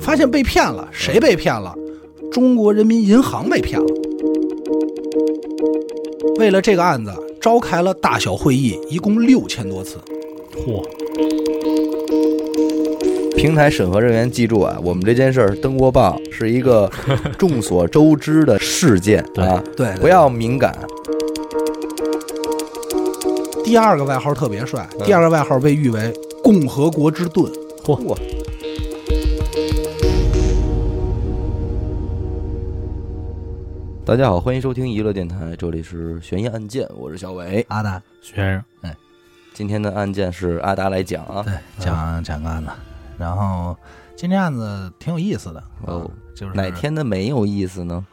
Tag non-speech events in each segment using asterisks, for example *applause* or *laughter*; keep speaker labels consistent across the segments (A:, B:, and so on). A: 发现被骗了，谁被骗了？中国人民银行被骗了。为了这个案子，召开了大小会议，一共六千多次。
B: 嚯，
C: 平台审核人员记住啊，我们这件事儿《登国报》是一
A: *laughs*
C: 个众所周知的事件啊，
A: 对对对
C: 不要敏感。
A: 第二个外号特别帅，
C: 嗯
A: 第二个外号被誉为“共和国之盾
C: 嚯，大家好，欢迎收听娱乐电台，这里是悬疑案件，我是小伟”。。
A: 阿南
B: 学生，
C: 今天的案件是阿达来讲啊，
A: 对
B: 嗯
A: 讲讲个案子，然后今天案子挺有意思的啊
C: 哦，
A: 就是
C: 哪天的没有意思呢？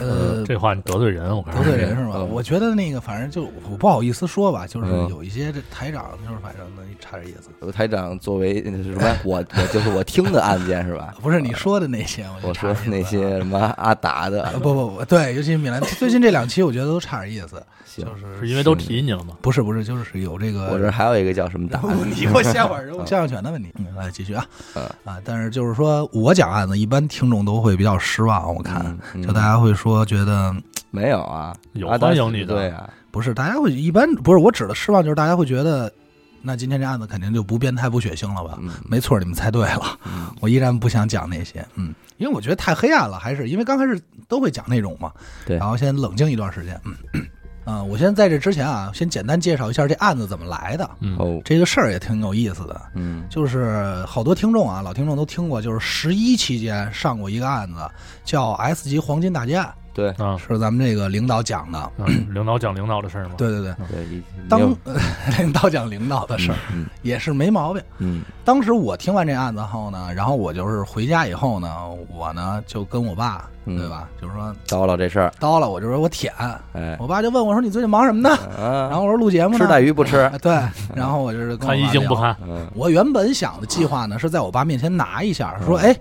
A: 呃
B: 这话你得罪人，我告
A: 得
B: 诉
A: 罪
B: 你。
A: 人是吧？
C: 嗯
A: 我觉得那个反正就我不好意思说吧，就是
C: 嗯
A: 有一些这台长就是反正呢差点意思，
C: 呃台长作为那是什
A: *laughs*？
C: 么，我我就是我听的案件是吧啊
A: 不是你说的那些，我
C: 我
A: 就差
C: 说
A: 点意思
C: 那些什么阿达的
A: *laughs* 啊，，不不不对，尤其米兰最近这两期我觉得都差点意思，
C: 行，
A: 就是
B: 是因为都提你了吗？
A: 不是不是就是有这个
C: 我这还有一个叫什么达
A: 然
C: 的
A: 后， *laughs* 你给我歇会儿，我肖像权的问题。嗯来继续啊
C: 嗯
A: 啊！但是就是说我讲案子，一般听众都会比较失望，我看
C: 嗯嗯
A: 就大家会说觉得
C: 没有啊？
B: 有
C: 阿达
B: 欢迎你的
C: 对啊，
A: 不是，大家会一般不是我指的失望，就是大家会觉得那今天这案子肯定就不变态不血腥了吧？
C: 嗯，
A: 没错，你们猜对了，
C: 嗯
A: 我依然不想讲那些，嗯，因为我觉得太黑暗了，还是因为刚开始都会讲那种嘛，
C: 对
A: 然后先冷静一段时间，嗯。 *clears throat* 啊、我先在这之前啊，先简单介绍一下这案子怎么来的。
B: 嗯，
C: 哦，
A: 这个事儿也挺有意思的，
C: 嗯
A: 就是好多听众啊，老听众都听过，就是十一期间上过一个案子，叫 S 级黄金大劫案，
C: 对
B: 啊，
A: 是咱们这个领导讲的。
B: 嗯，领导讲领导的事儿吗？，
A: 对对对，
C: 对，一没
A: 当
C: 有
A: *laughs* 领导讲领导的事儿
C: 嗯
A: 也是没毛病。
C: 嗯
A: 当时我听完这案子后呢，然后我就是回家以后呢，我呢就跟我爸，
C: 嗯
A: 对吧？就是说
C: 叨唠这事儿，
A: 叨了，我就说我舔，
C: 哎
A: 我爸就问我说你最近忙什么呢？
C: 啊，
A: 然后我说录节目呢，
C: 吃带鱼不吃？
A: 啊对，然后我就是跟我
B: 看一
A: 爸
B: 经不
A: 聊
B: 看，
C: 嗯，
A: 我原本想的计划呢，是在我爸面前拿一下，
C: 嗯
A: 说：“哎，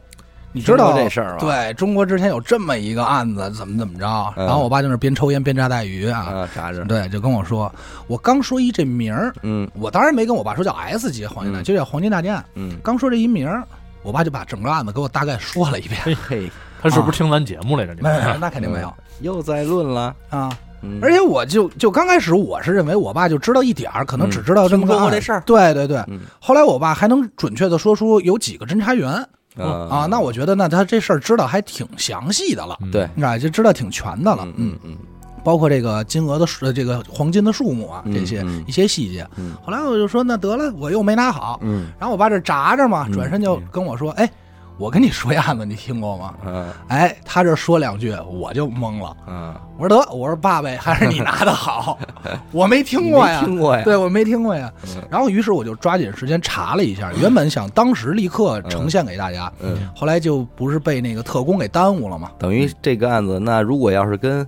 A: 你知道
C: 听说这事儿吧
A: 对啊中国之前有这么一个案子，怎么怎么着？”
C: 嗯
A: 然后我爸就那边抽烟边炸带鱼啊，
C: 啊，啥着，
A: 对，就跟我说，我刚说一这名儿，
C: 嗯
A: 我当然没跟我爸说叫 S 级黄金大，
C: 嗯
A: 就叫黄金大劫案。
C: 嗯，
A: 刚说这一名儿，我爸就把整个案子给我大概说了一啊
C: *laughs*
A: 遍。
C: 嘿，
B: 他是不是听咱节目来着？你
A: 没
B: 们
A: 有，没有那肯定没有
C: 又在论了，
A: 啊！
C: 嗯，
A: 而且我就就刚开始我是认为我爸就知道一点儿，可能只知道这么个
C: 听说过
A: 案
C: 这事儿
A: 对对对，
C: 嗯
A: 后来我爸还能准确的说出有几个侦查员，啊，那
C: 我
A: 我觉得那他这事儿知道还挺详细的了，
B: 嗯
C: 对
A: 啊，就知道挺全的了，
C: 嗯嗯
A: 包括这个金额的数，呃这个黄金的数目啊，
C: 嗯
A: 这些
C: 嗯
A: 一些细节。
C: 嗯
A: 后来我就说那得了，我又没拿好，
C: 嗯
A: 然后我爸这炸着嘛，
C: 嗯
A: 转身就跟我说，哎，我跟你说一案子，你听过吗？
C: 嗯啊
A: 哎，他这说两句我就懵了，
C: 啊，
A: 我说得，我说爸呗，还是你拿的
C: *laughs*
A: 好，我没听
C: 你
A: 过
C: 没
A: 呀，
C: 听过呀，
A: 对我没听过呀。
C: 嗯
A: 然后于是我就抓紧时间查了一下，原本想当时立刻呈现给大家，
C: 嗯，
A: 后来就不是被那个特工给耽误了嘛？
C: 等于这个案子，那如果要是跟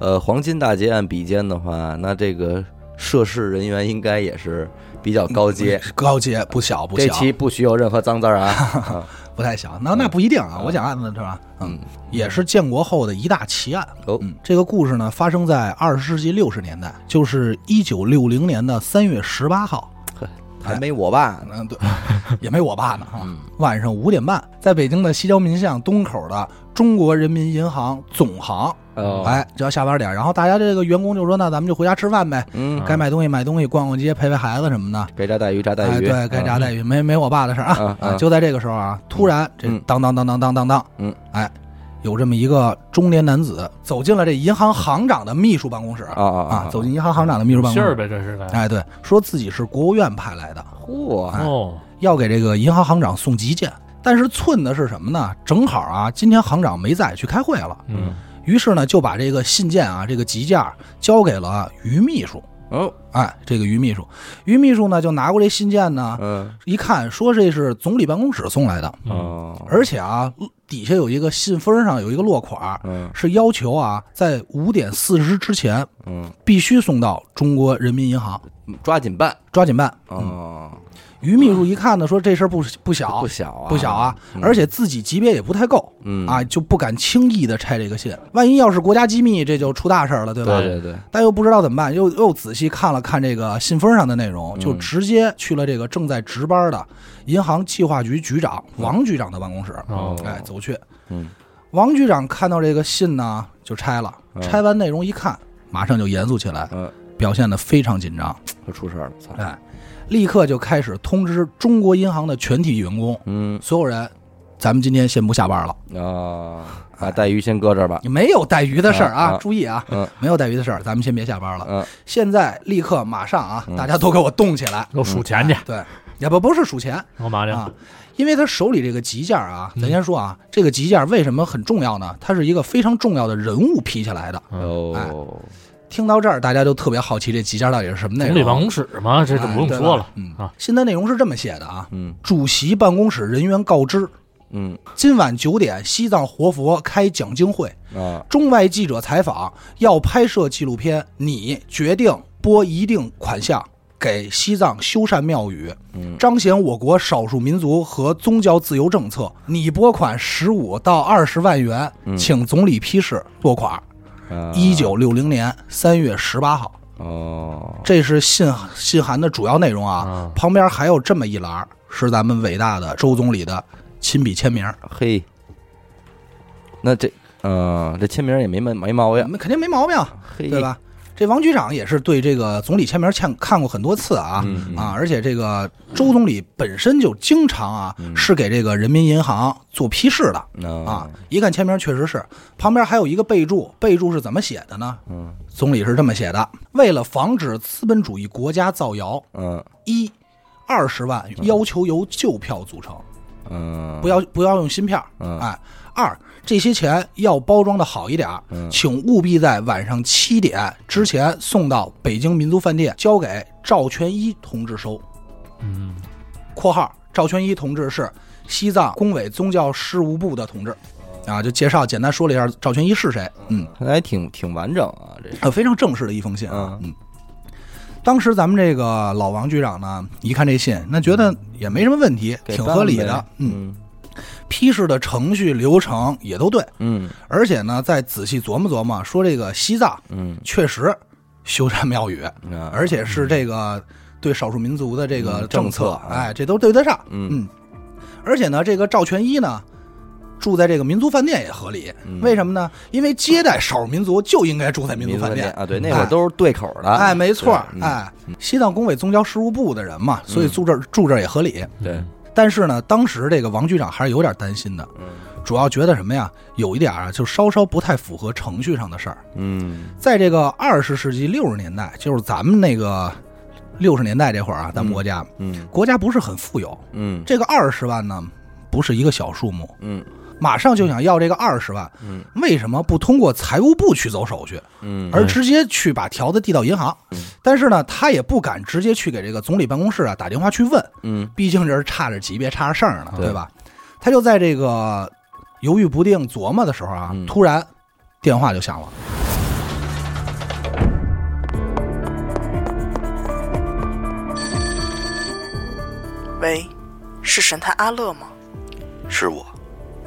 C: 呃黄金大劫案比肩的话，那这个涉事人员应该也是比较高阶。
A: 高阶不小嗯不
C: 这
A: 小，
C: 期不许有任何脏字
A: *laughs*
C: 儿啊！
A: 不太小。那那不一定啊，
C: 嗯
A: 我讲案子是吧？嗯
C: 嗯，
A: 也是建国后的一大奇案。
C: 哦，
A: 嗯，这个故事呢发生在二十世纪六十年代，就是一九六零年的三月十八号。
C: 还没我爸呢。
A: 嗯，对，也没我爸呢啊。
C: 嗯
A: 晚上五点半，在北京的西郊民巷东口的中国人民银行总行，
C: 哦，
A: 哎，就要下班点儿。然后大家这个员工就说：“那咱们就回家吃饭呗，
C: 嗯，
A: 该买东西买东西，逛逛街，陪陪孩子什么的。”
C: 该炸带鱼炸带
A: 哎，
C: 鱼，
A: 对，该炸带鱼，没没我爸的事儿啊
C: 啊
A: *laughs*
C: 啊
A: 就在这个时候啊，突然这
C: 嗯
A: 当当当当当当当，
C: 嗯，
A: 哎，有这么一个中年男子走进了这银行行长的秘书办公室
C: 啊啊
A: 啊，走进银行行长的秘书办
B: 信
A: 公室，
B: 儿呗，这是该。
A: 哎，对，说自己是国务院派来的，哎
C: 嚯，
B: 哦，
A: 要给这个银行行长送急件。但是寸的是什么呢？正好啊，今天行长没在，去开会了，
B: 嗯，
A: 于是呢就把这个信件啊，这个急件儿交给了于秘书。
C: 哦，
A: 哎，这个于秘书，于秘书呢就拿过这信件呢，
C: 嗯，
A: 一看说这是总理办公室送来的，
B: 嗯，
C: 哦，
A: 而且啊，底下有一个信封上有一个落款儿，
C: 嗯
A: 是要求啊，在五点四十之前
C: 嗯，
A: 必须送到中国人民银行，
C: 抓紧办
A: 抓紧办。
C: 哦，
A: 于秘书一看呢，说这事儿不不小
C: 不小啊，
A: 不嗯小啊，
C: 嗯
A: 而且自己级别也不太够
C: 嗯
A: 啊，就不敢轻易的拆这个信。万一要是国家机密，这就出大事儿了，对吧？
C: 对对对，
A: 但又不知道怎么办，又又仔细看了看这个信封上的内
C: 嗯
A: 容，就直接去了这个正在值班的银行计划局局长王局长的办公室，
B: 哦
A: 哎，走去。
C: 嗯，
A: 王局长看到这个信呢，就拆了，
C: 嗯
A: 拆完内容一看，马上就严肃起来，
C: 嗯，
A: 表现得非常紧张，
C: 可出事儿了，操，
A: 哎，立刻就开始通知中国银行的全体员工，
C: 嗯
A: 所有人，咱们今天先不下班了，
C: 啊，把带鱼先搁这儿
B: 嗯
C: 吧，
A: 没有带鱼的事儿
C: 啊
A: 啊，
C: 啊
A: 注意啊，
C: 嗯
A: 没有带鱼的事儿，咱们先别下班了，
C: 嗯
A: 现在立刻马上啊，
C: 嗯
A: 大家都给我动起来，
B: 给我数钱去，
A: 对，也不不是数钱
B: 干嘛去？
A: 嗯啊，因为他手里这个急件啊，
B: 哎嗯
A: 咱先说啊，这个急件为什么很重要呢？它是一个非常重要的人物批下来的。
C: 哦，
A: 听到这儿，大家都特别好奇这急件到底是什么内
B: 总理办
A: 容。
B: 公室嘛，这就不用说了
A: 哎。对吧嗯
B: 啊，
A: 新的内容是这么写的啊，
C: 嗯
A: 主席办公室人员告知，
C: 嗯
A: 今晚九点西藏活佛开讲经会，
C: 啊，
A: 中外记者采访，要拍摄纪录片，你决定拨一定款项给西藏修缮庙宇，
C: 嗯
A: 彰显我国少数民族和宗教自由政策。你拨款十五到二十万元，
C: 嗯
A: 请总理批示落款。
C: 啊
A: 一九六零年三月十八号，
C: 哦，
A: 这是信信函的主要内容啊。
B: 啊，
A: 旁边还有这么一栏儿，是咱们伟大的周总理的亲笔签名儿，
C: 嘿，那这，嗯，这签名也没没没毛病，
A: 没肯定没毛病啊，
C: 嘿，
A: 对？吧？这王局长也是对这个总理签名儿看看过很多次啊。
C: 嗯
A: 啊，而且这个周总理本身就经常啊，
C: 嗯
A: 是给这个人民银行做批示的啊
C: 啊，。
A: 一看签名，确实是旁边还有一个备注，备注是怎么写的呢？
C: 嗯
A: 总理是这么写的：为了防止资本主义国家造谣，
C: 嗯
A: 一二十万要求由旧票组成，
C: 嗯，
A: 不要不要用新票，
C: 嗯
A: 哎。二，这些钱要包装的好一点儿，
C: 嗯
A: 请务必在晚上七点之前送到北京民族饭店，交给赵全一同志收。
B: 嗯，
A: （括号赵全一同志是西藏工委宗教事务部的同志），
C: 哦
A: 啊，就介绍简单说了一下赵全一是谁，嗯，
C: 看来挺挺完整啊，这是，
A: 呃，非常正式的一封信啊
C: 嗯，
A: 嗯。当时咱们这个老王局长呢，一看这信，那觉得也没什么问题，
C: 嗯给
A: 挺
C: 办
A: 合理
C: 呗
A: 的，嗯，
C: 嗯
A: 批示的程序流程也都对，
C: 嗯
A: 而且呢，再仔细琢磨琢磨，说这个西藏
C: 嗯
A: 确实修缮庙宇，
C: 啊，
A: 嗯而且是这个对少数民族的这个
C: 嗯
A: 政
C: 政
A: 策，
C: 策啊
A: 哎，这都对得上。
C: 嗯
A: 而且呢，这个赵全一呢，住在这个民族饭店也合理。
C: 嗯
A: 为什么呢？因为接待少数民族就应该住在民
C: 民
A: 族
C: 族饭
A: 饭
C: 店
A: 店。嗯
C: 啊，对，那会儿都是对口的，
A: 哎，没错
C: 对，嗯
A: 哎，西藏工委宗教事务部的人嘛，所以
C: 嗯
A: 住这儿住这儿也合理。
C: 对，
A: 但是呢，当时这个王局长还是有点担心的，
C: 嗯
A: 主要觉得什么呀？有一点啊，就稍稍不太符合程序上的事儿。
C: 嗯
A: 在这个二十世纪六十年代，就是咱们那个六十年代这会儿啊，咱们国家、
C: 嗯
A: 国家不是很富有，
C: 嗯
A: 这个二十万呢不是一个小数目，
C: 嗯
A: 马上就想要这个二十万，
C: 嗯
A: 为什么不通过财务部去走手续，
C: 嗯，
A: 而直接去把条子递到银行
C: 嗯？
A: 但是呢，他也不敢直接去给这个总理办公室啊打电话去问，
C: 嗯
A: 毕竟这是差着级别差着事儿呢，
B: 对
A: 对吧？他就在这个犹豫不定琢磨的时候啊
C: 嗯，
A: 突然电话就响了。
D: 喂，是神探阿乐吗？
E: 是我，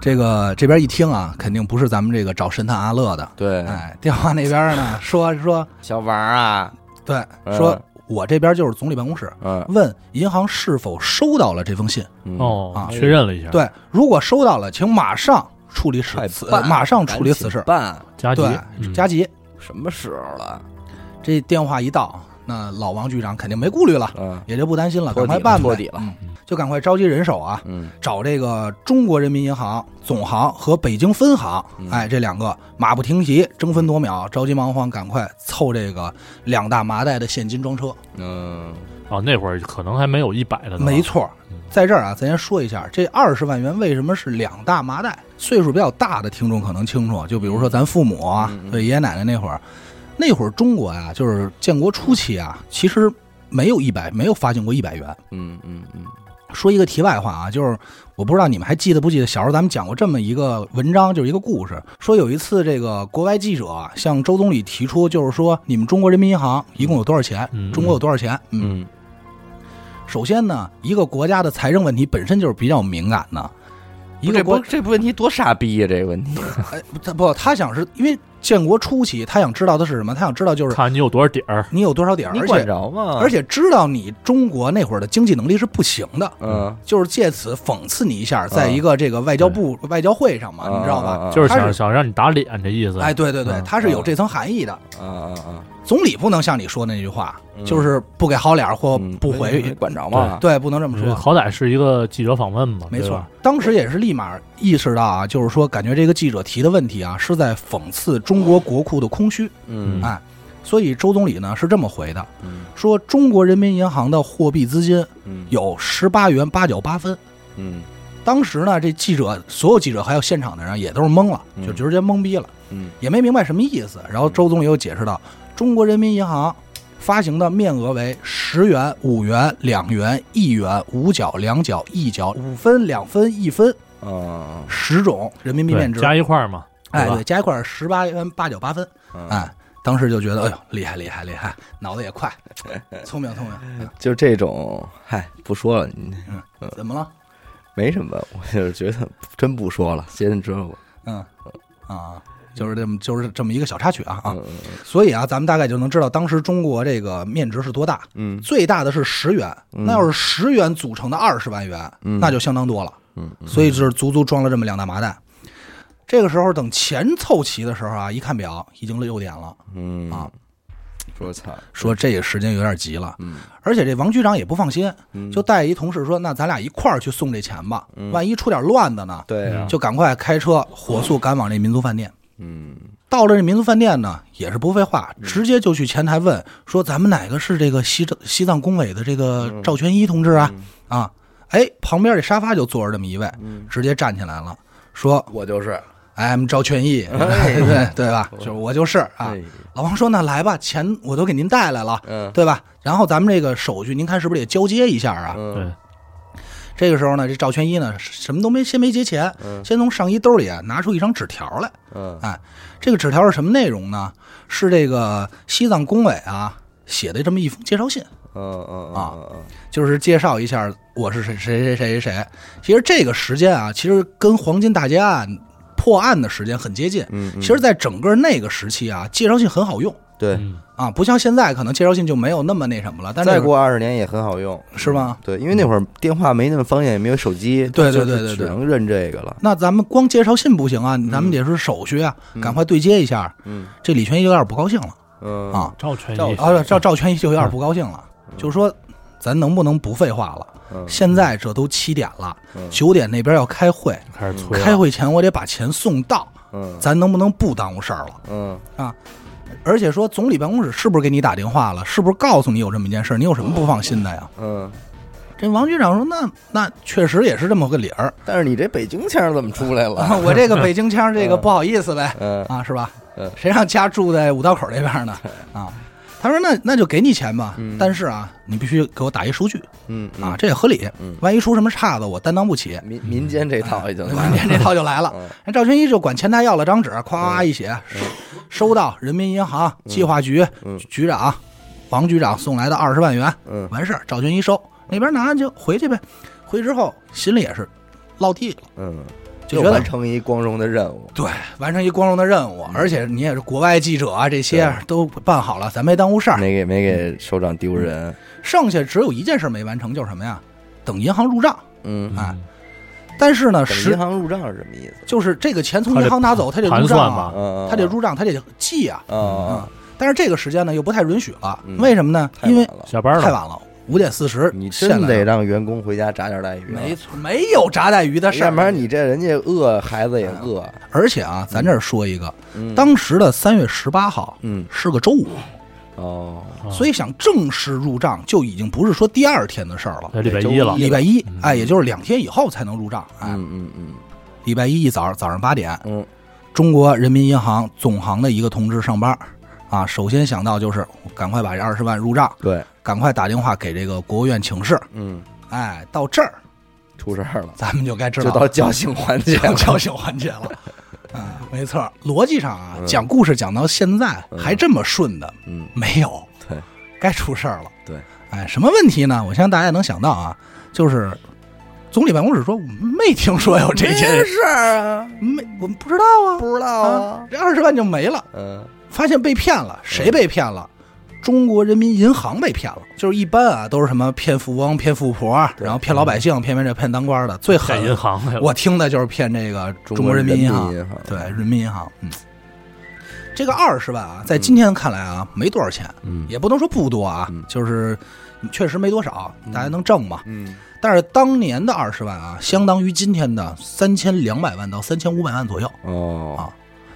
A: 这个这边一听啊，肯定不是咱们这个找神探阿乐的。
C: 对，
A: 哎，电话那边呢说说，
C: 小王啊，
A: 对，
C: 嗯
A: 说我这边就是总理办公室，
C: 嗯
A: 问银行是否收到了这封信。
B: 哦
A: 啊，
B: 确认了
C: 哎
B: 一下，，
A: 对，如果收到了，请马上处理此
C: 快
A: 此，呃
C: 办
A: 马上处理此事。
C: 办
B: 加急
A: 对，，
B: 嗯
A: 加急。
C: 什么时候了？
A: 这电话一到，那老王局长肯定没顾虑了，
C: 啊，
A: 也就不担心了，
C: 托
A: 赶
C: 底
A: 快
C: 了
A: 办
C: 托
A: 吧，
C: 底了，
A: 嗯就赶快召集人手啊，
C: 嗯
A: 找这个中国人民银行总行和北京分行，哎，这两个马不停蹄，争分夺秒，着急忙慌，赶快凑这个两大麻袋的现金装车。
C: 嗯
B: 哦，那会儿可能还没有一百的呢，
A: 没错，在这儿啊，咱先说一下，这二十万元为什么是两大麻袋？岁数比较大的听众可能清楚，就比如说咱父母啊，对爷爷奶奶那会儿，那会儿中国啊，就是建国初期啊，其实没有一百，没有发行过一百元。
C: 嗯嗯嗯，
A: 说一个题外话啊，就是我不知道你们还记得不记得，小时候咱们讲过这么一个文章，就是一个故事，说有一次这个国外记者啊向周总理提出，就是说你们中国人民银行一共有多少钱？
B: 嗯
A: 中国有多少钱？嗯
C: 嗯
A: 首先呢，一个国家的财政问题本身就是比较敏感的。一
C: 不
A: 个
C: 这
A: 国
C: 不这问题多傻逼呀、这个问题，
A: 他不，他想是因为建国初期，他想知道的是什么？他想知道就是
B: 看你有多少底儿，
A: 你有多少点儿，
C: 你
A: 而
C: 管
A: 且
C: 着啊吗？
A: 而且知道你中国那会儿的经济能力是不行的，
C: 嗯，
A: 就是借此讽刺你一下，在一个这个外交部外交会上嘛，
C: 啊
A: 你知道吧？？
B: 就是
A: 他
B: 想
A: 是
B: 想让你打脸这意思。
A: 哎，对对对
B: 嗯，
A: 他是有这层含义的。
C: 啊啊啊，
A: 总理不能像你说的那句话，
C: 嗯
A: 就是不给好脸儿或
C: 嗯
A: 哦不
C: 你
A: 回，
C: 管着吗？
A: *laughs* 对，不能这么说。
B: 嗯好歹是一个记者访问嘛，
A: 没
B: 对
A: 错
B: 吧，，
A: 当时也是立马意识到啊，就是说，感觉这个记者提的问题啊，是在讽刺中国国库的空虚。
C: 嗯
A: 哎，所以周总理呢是这么回的，
C: 嗯
A: 说中国人民银行的货币资金
C: 嗯
A: 有十八元八角八分。
C: 嗯
A: 当时呢，这记者所有记者还有现场的人也都是懵了，
C: 嗯
A: 就直接懵逼了，
C: 嗯
A: 也没明白什么意思。然后周总理又解释道，中国人民银行。发行的面额为十元、五元、两元、一元、五角、两角、一角、五分、两分、一分，
C: 啊
A: 十种人民币
B: 对
A: 面值，
B: 加一块儿嘛，
A: 哎，
B: 对吧
A: 对，加一块十八元八角八分，
C: 嗯
A: 哎，当时就觉得，哎呦，厉害厉害厉害，脑子也快，聪明聪明，
C: 就这种，嗨，不说了，你
A: 嗯怎么了？
C: 没什么，我就是觉得真不说了，接着之后
A: 嗯啊，就是这么就是这么一个小插曲啊啊，
C: 嗯
A: 所以啊，咱们大概就能知道当时中国这个面值是多大，
C: 嗯
A: 最大的是十元，那要是十元组成的二十万元，
C: 嗯
A: 那就相当多了，
C: 嗯
A: 所以就是足足装了这么两大麻袋。这个时候等钱凑齐的时候啊，一看表已经六点了，
C: 嗯
A: 啊，
C: 说操，
A: 说这个时间有点急了，
C: 嗯
A: 而且这王局长也不放心，
C: 嗯
A: 就带一同事说：“那咱俩一块儿去送这钱吧，
C: 嗯
A: 万一出点乱子呢？”
C: 对啊，
A: 就赶快开车火速赶往这民族饭店。
C: 嗯
A: 到了这民族饭店呢，也是不废话，直接就去前台问说：“咱们哪个是这个西藏西藏工委的这个
C: 嗯
A: 赵全一同志啊？”啊，哎，旁边这沙发就坐着这么一位，
C: 嗯
A: 直接站起来了，说
C: 我就是，
A: ：“I'm 赵全一，
C: 哎
A: 对对对吧？就是我就是啊。
C: 哎”
A: 老王说：“那来吧，钱我都给您带来了，
C: 嗯
A: 对吧？然后咱们这个手续，您看是不是也交接一下啊？”
C: 嗯
B: 对，
A: 这个时候呢，这赵全一呢，什么都没，先没结钱，
C: 嗯
A: 先从上衣兜里啊拿出一张纸条来。
C: 嗯
A: 哎，这个纸条是什么内容呢？是这个西藏工委啊写的这么一封介绍信，
C: 嗯嗯啊
A: 就是介绍一下我是谁谁谁谁谁谁。其实这个时间啊，其实跟黄金大劫案破案的时间很接近。
C: 嗯，
A: 其实，在整个那个时期啊，介绍信很好用
C: 对，
B: 嗯，
A: 啊，不像现在可能介绍信就没有那么那什么了。但是
C: 再过二十年也很好用，嗯
A: 是吗？
C: 对，因为那会儿电话没那么方便，也没有手机，
A: 对对
C: 就
A: 对
C: 是
A: 对
C: 只
A: 对
C: 能认这个了。
A: 那咱们光介绍信不行啊，咱们得是手续啊，赶快对接一下。
C: 嗯
A: 这李全一有点不高兴了
C: 嗯
A: 啊，
B: 赵全
C: 赵
B: 一，
A: 啊，赵赵全一就有点不高兴了，就说咱能不能不废话了？
C: 嗯
A: 现在这都七点了
C: 嗯，
A: 九点那边要开会，
B: 开始催
A: 嗯
B: 了
A: 开会前我得把钱送到，
C: 嗯
A: 咱能不能不耽误事儿了？
C: 嗯
A: 而且说总理办公室是不是给你打电话了？是不是告诉你有这么一件事儿？你有什么不放心的呀？
C: 嗯，
A: 这王局长说：“那那确实也是这么个理儿，
C: 但是你这北京腔怎么出来
A: *laughs*
C: 了？
A: 我这个北京腔儿，这个
C: 嗯
A: 不好意思呗，
C: 嗯
A: 啊，是吧
C: 嗯？
A: 谁让家住在五道口这边呢？啊，他说那那就给你钱吧，但是啊，你必须给我打一数据
C: 嗯
A: 啊，这也合理
C: 嗯。
A: 万一出什么岔子，我担当不起。
C: 民民间这套已经来
A: *laughs* 明天
C: 了。
A: 这套就来了
C: 嗯，
A: 人赵全一就管前台要了张纸，咵咵一写，收到人民银行计划局
C: 嗯
A: 局长王局长送来的二十万元，
C: 嗯
A: 完事儿，赵全一收，那边拿就回去呗。回去之后心里也是落地了，
C: 嗯，
A: 就
C: 就
A: 觉得
C: 完成一光荣的任务。
A: 对，完成一光荣的任
C: 嗯
A: 务，而且你也是国外记者啊，这些都办好了，咱没耽误事儿。
C: 没给没
A: 嗯
C: 给首长丢人。
A: 剩下只有一件事没完成，就是什么呀？等银行入账。
C: 嗯，
A: 哎，但是呢，
C: 等
A: 实
C: 银行入账是什么意思？
A: 就是这个钱从
B: 他得
A: 银行拿走，他得
B: 盘
A: 入
B: 算
A: 账
B: 吧
A: 啊，
C: 嗯，
A: 他得入账，他得记啊。
C: 啊，
A: 但是这个时间呢又不太允许了，
C: 嗯
A: 为什么呢？
C: 太
A: 因
C: 晚
A: 为
C: 了，
B: 下班
A: 太
B: 了，
A: 晚了，五点四十，
C: 你
A: 下
C: 真
A: 来
C: 得
A: 了
C: 让员工回家炸点带鱼
A: 啊
C: 啊，
A: 没错，没有炸带鱼的事儿，啊
C: 要不然你这人家饿，孩子也饿。
A: 而且啊，咱这儿说一个，
C: 嗯
A: 当时的三月十八号，
C: 嗯
A: 是个周五，
C: 哦，
B: 啊
A: 所以想正式入账就已经不是说第二天的事儿了，
B: 哎礼拜一了，嗯
A: 礼拜一，哎，也就是两天以后才能入账，哎，
C: 嗯嗯
A: 礼拜一一早早上八点，
C: 嗯
A: 中国人民银行总行的一个同志上班，啊，首先想到就是赶快把这二十万入账，
C: 对，
A: 赶快打电话给这个国务院请示，
C: 嗯，
A: 哎，到这儿
C: 出事儿了，
A: 咱们就该知
C: 就
A: 道
C: 到叫醒环节
A: *laughs* 讲
C: 了。
A: 教醒环节了。啊，没错儿，逻辑上啊，
C: 嗯
A: 讲故事讲到现在还这么顺的，
C: 嗯，
A: 没有，
C: 对，
A: 该出事儿了。
C: 对，
A: 哎，什么问题呢？我相信大家能想到啊，就是总理办公室说我没听说有这件事，
C: 事儿啊，
A: 没，我们不知道啊，
C: 不知道
A: 啊，。这二十万就没了，
C: 嗯
A: 发现被骗了，谁被骗了？中国人民银行被骗了，就是一般啊，都是什么骗富翁、骗富婆，然后骗老百姓、骗骗这骗当官的，最
B: 在
A: 狠
B: 银行去了，
A: 我听的就是骗这个中国人民银行，对人民银行，嗯，这个二十万啊，在今天看来啊，没多少钱，
C: 嗯
A: 也不能说不多啊，
C: 嗯
A: 就是确实没多少，大家能挣嘛。
C: 嗯，
A: 但是当年的二十万啊，相当于今天的三千两百万到三千五百万左右，啊
C: 哦，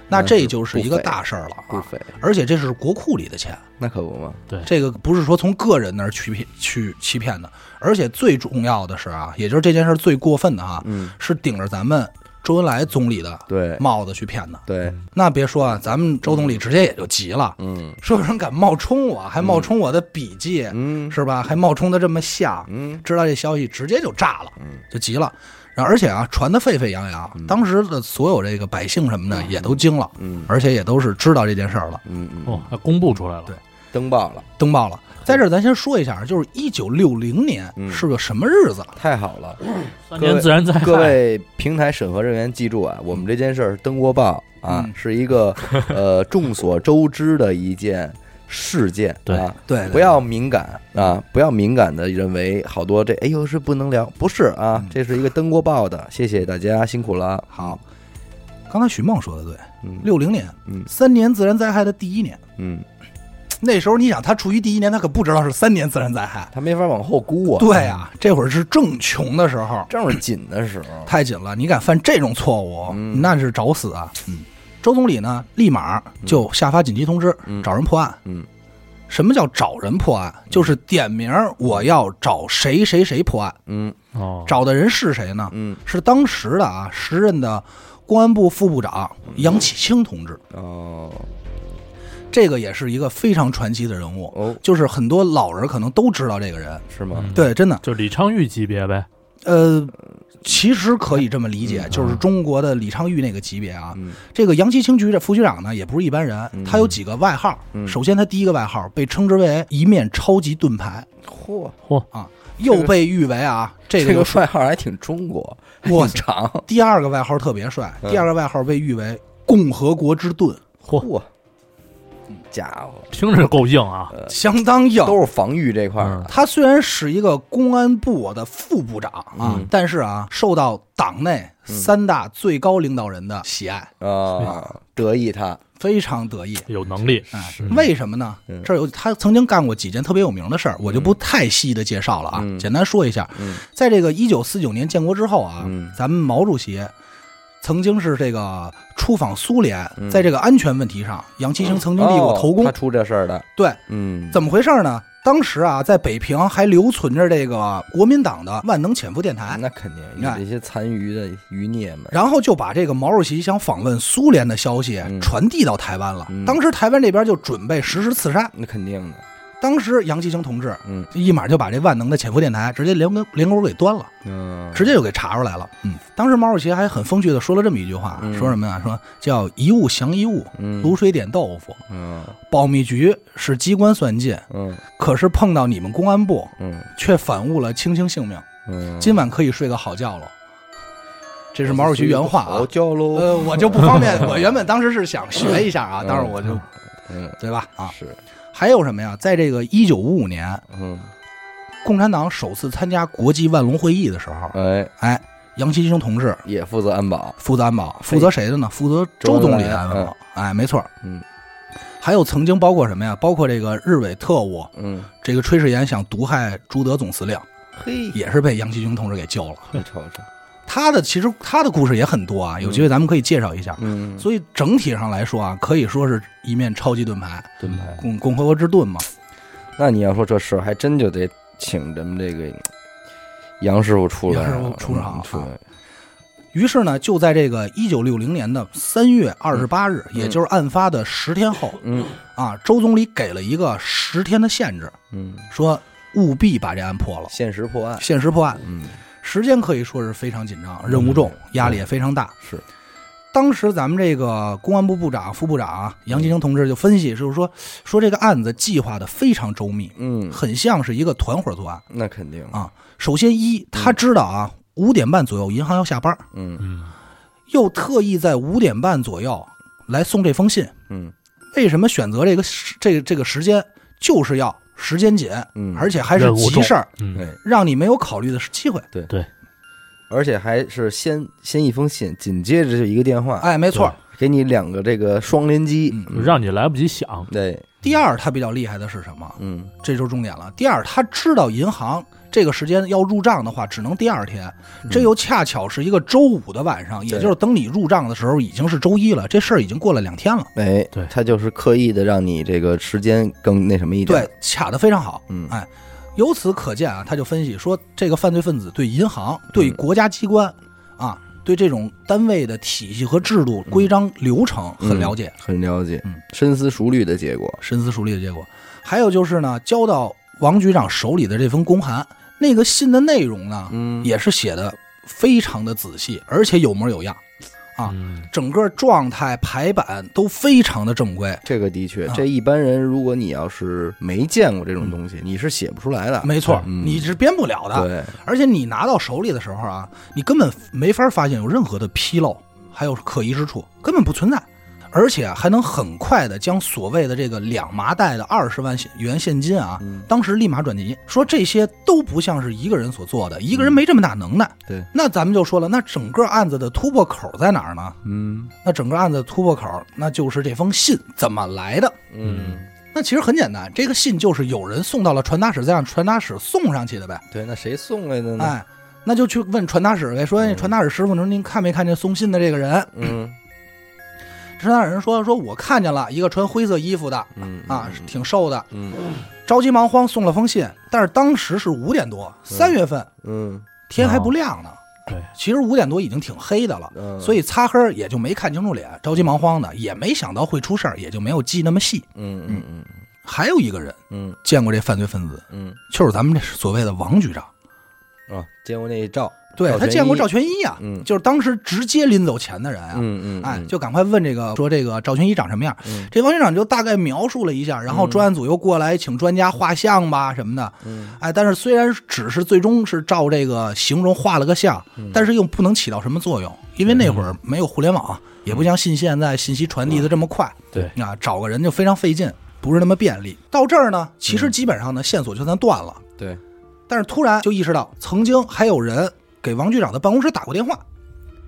A: 那
C: 那
A: 这
C: 是
A: 就是一
C: 不
A: 个
C: 菲
A: 大事儿了
C: 不
A: 啊！
C: 菲，
A: 而且这是国库里的钱，
C: 那可不嘛，
A: 这个不是说从个人那儿去骗去欺骗的，而且最重要的是啊，也就是这件事儿最过分的啊，
C: 嗯，
A: 是顶着咱们周恩来总理的
C: 对
A: 帽子去骗的。
C: 对，
A: 那别说啊，咱们周总理直接也就急了，
C: 嗯
A: 说有人敢冒充我，还冒充我的笔记，
C: 嗯
A: 是吧？还冒充的这么像，
C: 嗯
A: 知道这消息直接就炸了，就急了。然后而且啊，传的沸沸扬扬，当时的所有这个百姓什么的也都惊了，
C: 嗯
A: 而且也都是知道这件事儿了，
C: 嗯嗯，
B: 哦，还公布出来了，
A: 对
C: 登报了，
A: 登报了。在这儿咱先说一下，啊就是一九六零年
C: 嗯
A: 是个什么日子？
C: 太好了，
B: 三年自然灾害，
C: 各位平台审核人员记住啊，我们这件事儿登过报啊
A: 嗯，
C: 是一个呃众所周知的一件事件，
B: 对
C: 啊
A: 对对
C: 不要敏感啊，不要敏感的认为好多这哎呦是不能聊，不是啊
A: 嗯，
C: 这是一个登过报的，谢谢大家辛苦了，
A: 好，刚才许梦说的对，
C: 嗯，
A: 六零年，
C: 嗯
A: 三年自然灾害的第一年。
C: 嗯，
A: 那时候你想，他处于第一年，他可不知道是三年自然灾害。
C: 他没法往后估啊，
A: 对啊，这会儿是正穷的时候，
C: 正是紧的时候，
A: 太紧了，你敢犯这种错误，
C: 嗯
A: 那是找死啊！嗯，周总理呢，立马就下发紧急通知，
C: 嗯
A: 找人破案。
C: 嗯，
A: 什么叫找人破案？就是点名儿，我要找谁谁谁破案。
C: 嗯
B: 哦，
A: 找的人是谁呢？
C: 嗯
A: 是当时的啊，时任的公安部副部长
C: 嗯
A: 杨启清同志。
C: 哦
A: 这个也是一个非常传奇的人物，
C: 哦
A: 就是很多老人可能都知道这个人。
C: 是吗？
B: 嗯
A: 对，真的，
B: 就李昌钰级别呗，
A: 呃，其实可以这么理解，就是中国的李昌钰那个级别啊。
C: 嗯
A: 这个杨奇清局长副局长呢，也不是一般人，他有几个外号。
C: 嗯
A: 首先，他第一个外号被称之为“一面超级盾牌
C: 嚯，”
A: 啊，又被誉为
C: *laughs*
A: 啊，这
C: 这
A: 个
C: 个
A: 就是
C: 外号还挺中国，
A: 哇
C: 挺长，
A: 第二个外号特别帅，
C: 嗯
A: 第二个外号被誉为“共和国之盾
C: 嚯，家伙。
B: 听着够硬啊，”，
A: 相当硬。
C: 嗯都是防御这块儿的。
A: 他虽然是一个公安部的副部长啊，
C: 嗯
A: 但是啊，受到党内三大最高领导人的喜爱，
C: 啊，得意他，
A: 非常得意。
B: 有能力，
A: 哎
B: 是，
A: 为什么呢？
C: 嗯
A: 这儿有他曾经干过几件特别有名的事儿，我就不太细的介绍了啊，
C: 嗯
A: 简单说一下。
C: 嗯
A: 在这个一九四九年建国之后啊，
C: 嗯
A: 咱们毛主席曾经是这个出访苏联，
C: 嗯
A: 在这个安全问题上，杨奇行曾经立过头功。
C: 哦他出这事儿的，
A: 对，
C: 嗯，
A: 怎么回事呢？当时啊，在北平还留存着这个国民党的万能潜伏电台，
C: 那肯定，
A: 你
C: 你
A: 看
C: 这些残余的余孽们，
A: 然后就把这个毛主席想访问苏联的消息
C: 嗯
A: 传递到台湾了。
C: 嗯
A: 当时台湾这边就准备实施刺杀，
C: 那肯定的，
A: 当时杨继兴同志
C: 嗯
A: 一马就把这万能的潜伏电台直接连根连根儿给端了，
C: 嗯，
A: 直接就给查出来了。嗯，当时毛主席还很风趣的说了这么一句话，
C: 嗯
A: 说什么呀？说叫一物降一物，
C: 嗯
A: 卤水点豆腐。
C: 嗯
A: 保密局是机关算尽，
C: 嗯
A: 可是碰到你们公安部
C: 嗯
A: 却反误了卿卿性命。
C: 嗯，
A: 今晚可以睡个好觉喽。这是毛主席原话啊
C: 好。叫喽，
A: 呃，我就不方
C: *laughs*
A: 便，我原本当时是想学一下啊，但是我就
C: 嗯，
A: 对吧啊。
C: 是，
A: 还有什么呀？在这个一九五五年，
C: 嗯，
A: 共产党首次参加国际万隆会议的时候，
C: 哎，
A: 哎，杨奇兴同志
C: 也负责安保，
A: 负责安保，负责谁的呢？负责周总理的安保。哎，没错。
C: 嗯，
A: 还有曾经包括什么呀？包括这个日伪特务，
C: 嗯，
A: 这个炊事员想毒害朱德总司令，
C: 嘿，
A: 也是被杨奇雄同志给救了。
C: 你瞅瞅，
A: 他的其实他的故事也很多啊，有机会咱们可以介绍一下。
C: 嗯，
A: 所以整体上来说啊，可以说是一面超级盾牌，
C: 盾牌。
A: 共共和国之盾嘛。
C: 那你要说这事儿，还真就得请咱们这个杨师傅出来了，
A: 杨师傅出场啊
C: 嗯出来
A: 于是呢，就在这个一九六零年的三月二十八日，也就是案发的十天后，
C: 嗯
A: 啊，周总理给了一个十天的限制，
C: 嗯，
A: *clears throat* 说务必把这案破了，
C: 限时破案，
A: 限时破案。
C: 嗯，
A: 时间可以说是非常紧张，任务重，压力也非常大。
C: 是，
A: 当时咱们这个公安部部长、副部长啊杨继成同志就分析，就是说说这个案子计划的非常周密，
C: 嗯，
A: 很像是一个团伙作案。
C: 那肯定，
A: 啊首先一，他知道啊五点半左右银行要下班，
C: 嗯
B: 嗯，
A: 又特意在五点半左右来送这封信。
C: 嗯
A: 为什么选择这个时这个这个时间？就是要时间紧，
C: 嗯，
A: 而且还是
B: 任务
A: 急
B: 重
A: 事儿，
B: 嗯，
C: 对，
A: 让你没有考虑的机会。
C: 而且还是先先一封信，紧接着就一个电话，
A: 哎，没错儿。
C: 给你两个这个双连击，
A: 嗯
B: 就让你来不及想，
C: 对，
A: 第二，他比较厉害的是什么？
C: 嗯，
A: 这就是重点了。第二，他知道银行这个时间要入账的话，只能第二天，这
B: 嗯
A: 又恰巧是一个周五的晚上，也就是等你入账的时候已经是周一了，这事儿已经过了两天了。
C: 哎，
B: 对
C: 他就是刻意的让你这个时间更那什么一点，
A: 对，卡得非常好。
C: 嗯
A: 哎，由此可见啊，他就分析说，这个犯罪分子对银行、对
C: 嗯
A: 国家机关、啊，对这种单位的体系和制度、规章流程
C: 嗯
A: 很了解，
C: 很了解，
A: 嗯
C: 深思熟虑的结果，
A: 深思熟虑的结果。还有就是呢，交到王局长手里的这封公函，那个信的内容呢，
C: 嗯，
A: 也是写的非常的仔细，而且有模有样，啊
B: 嗯，
A: 整个状态排版都非常的正规。
C: 这个的确，
A: 啊嗯
C: 这一般人如果你要是没见过这种东西，你是写不出来的，
A: 没错，
C: 嗯
A: 你是编不了的。
C: 对，
A: 而且你拿到手里的时候啊，你根本没法发现有任何的纰漏，还有可疑之处，根本不存在。而且啊还能很快的将所谓的这个两麻袋的二十万元现金啊，当时立马转移，说这些都不像是一个人所做的，一个人没这么大能耐。
C: 对，
A: 那咱们就说了，那整个案子的突破口在哪儿呢？
C: 嗯
A: 那整个案子的突破口，那就是这封信怎么来的？
C: 嗯，
A: 那其实很简单，这个信就是有人送到了传达室，再让传达室送上去的呗。
C: 对，那谁送来的呢？
A: 哎，那就去问传达室呗，说哎那传达室师傅，您您看没看见送信的这个人？
C: 嗯
A: 传达人说说我看见了一个穿灰色衣服的
C: 嗯
A: 啊，挺瘦的，
C: 嗯
A: 着急忙慌送了封信，但是当时是五点多，三月份
C: 嗯
A: 天还不亮呢。
B: 对，
A: 其实五点多已经挺黑的了，
C: 哦
A: *laughs*
C: 嗯，
A: 所以擦黑儿也就没看清楚脸，着急忙慌的，也没想到会出事儿，也就没有记那么细。
C: 嗯嗯嗯
A: 还有一个人
C: 嗯
A: 见过这犯罪分子，
C: 嗯
A: 就是咱们这所谓的王局长，
C: 嗯啊，见过那照，
A: 对
C: 赵
A: 他
C: 全
A: 见过
C: 一
A: 赵全一啊，
C: 嗯
A: 就是当时直接拎走钱的人啊，
C: 嗯嗯，
A: 哎，
C: 嗯
A: 就赶快问这个说这个赵群一长什么样。
C: 嗯
A: 这王局长就大概描述了一下，然后专案组又过来请专家画像吧什么的。
C: 嗯
A: 哎，但是虽然只是最终是照这个形容画了个像，
C: 嗯
A: 但是又不能起到什么作用，因为那会儿没有互联网，也不像信现在信息传递的这么快。
C: 嗯
B: 对，
A: 啊，找个人就非常费劲，不是那么便利。到这儿呢，其
C: 嗯
A: 实基本上呢线索就算断了，
C: 对，
A: 但是突然就意识到，曾经还有人给王局长的办公室打过电话。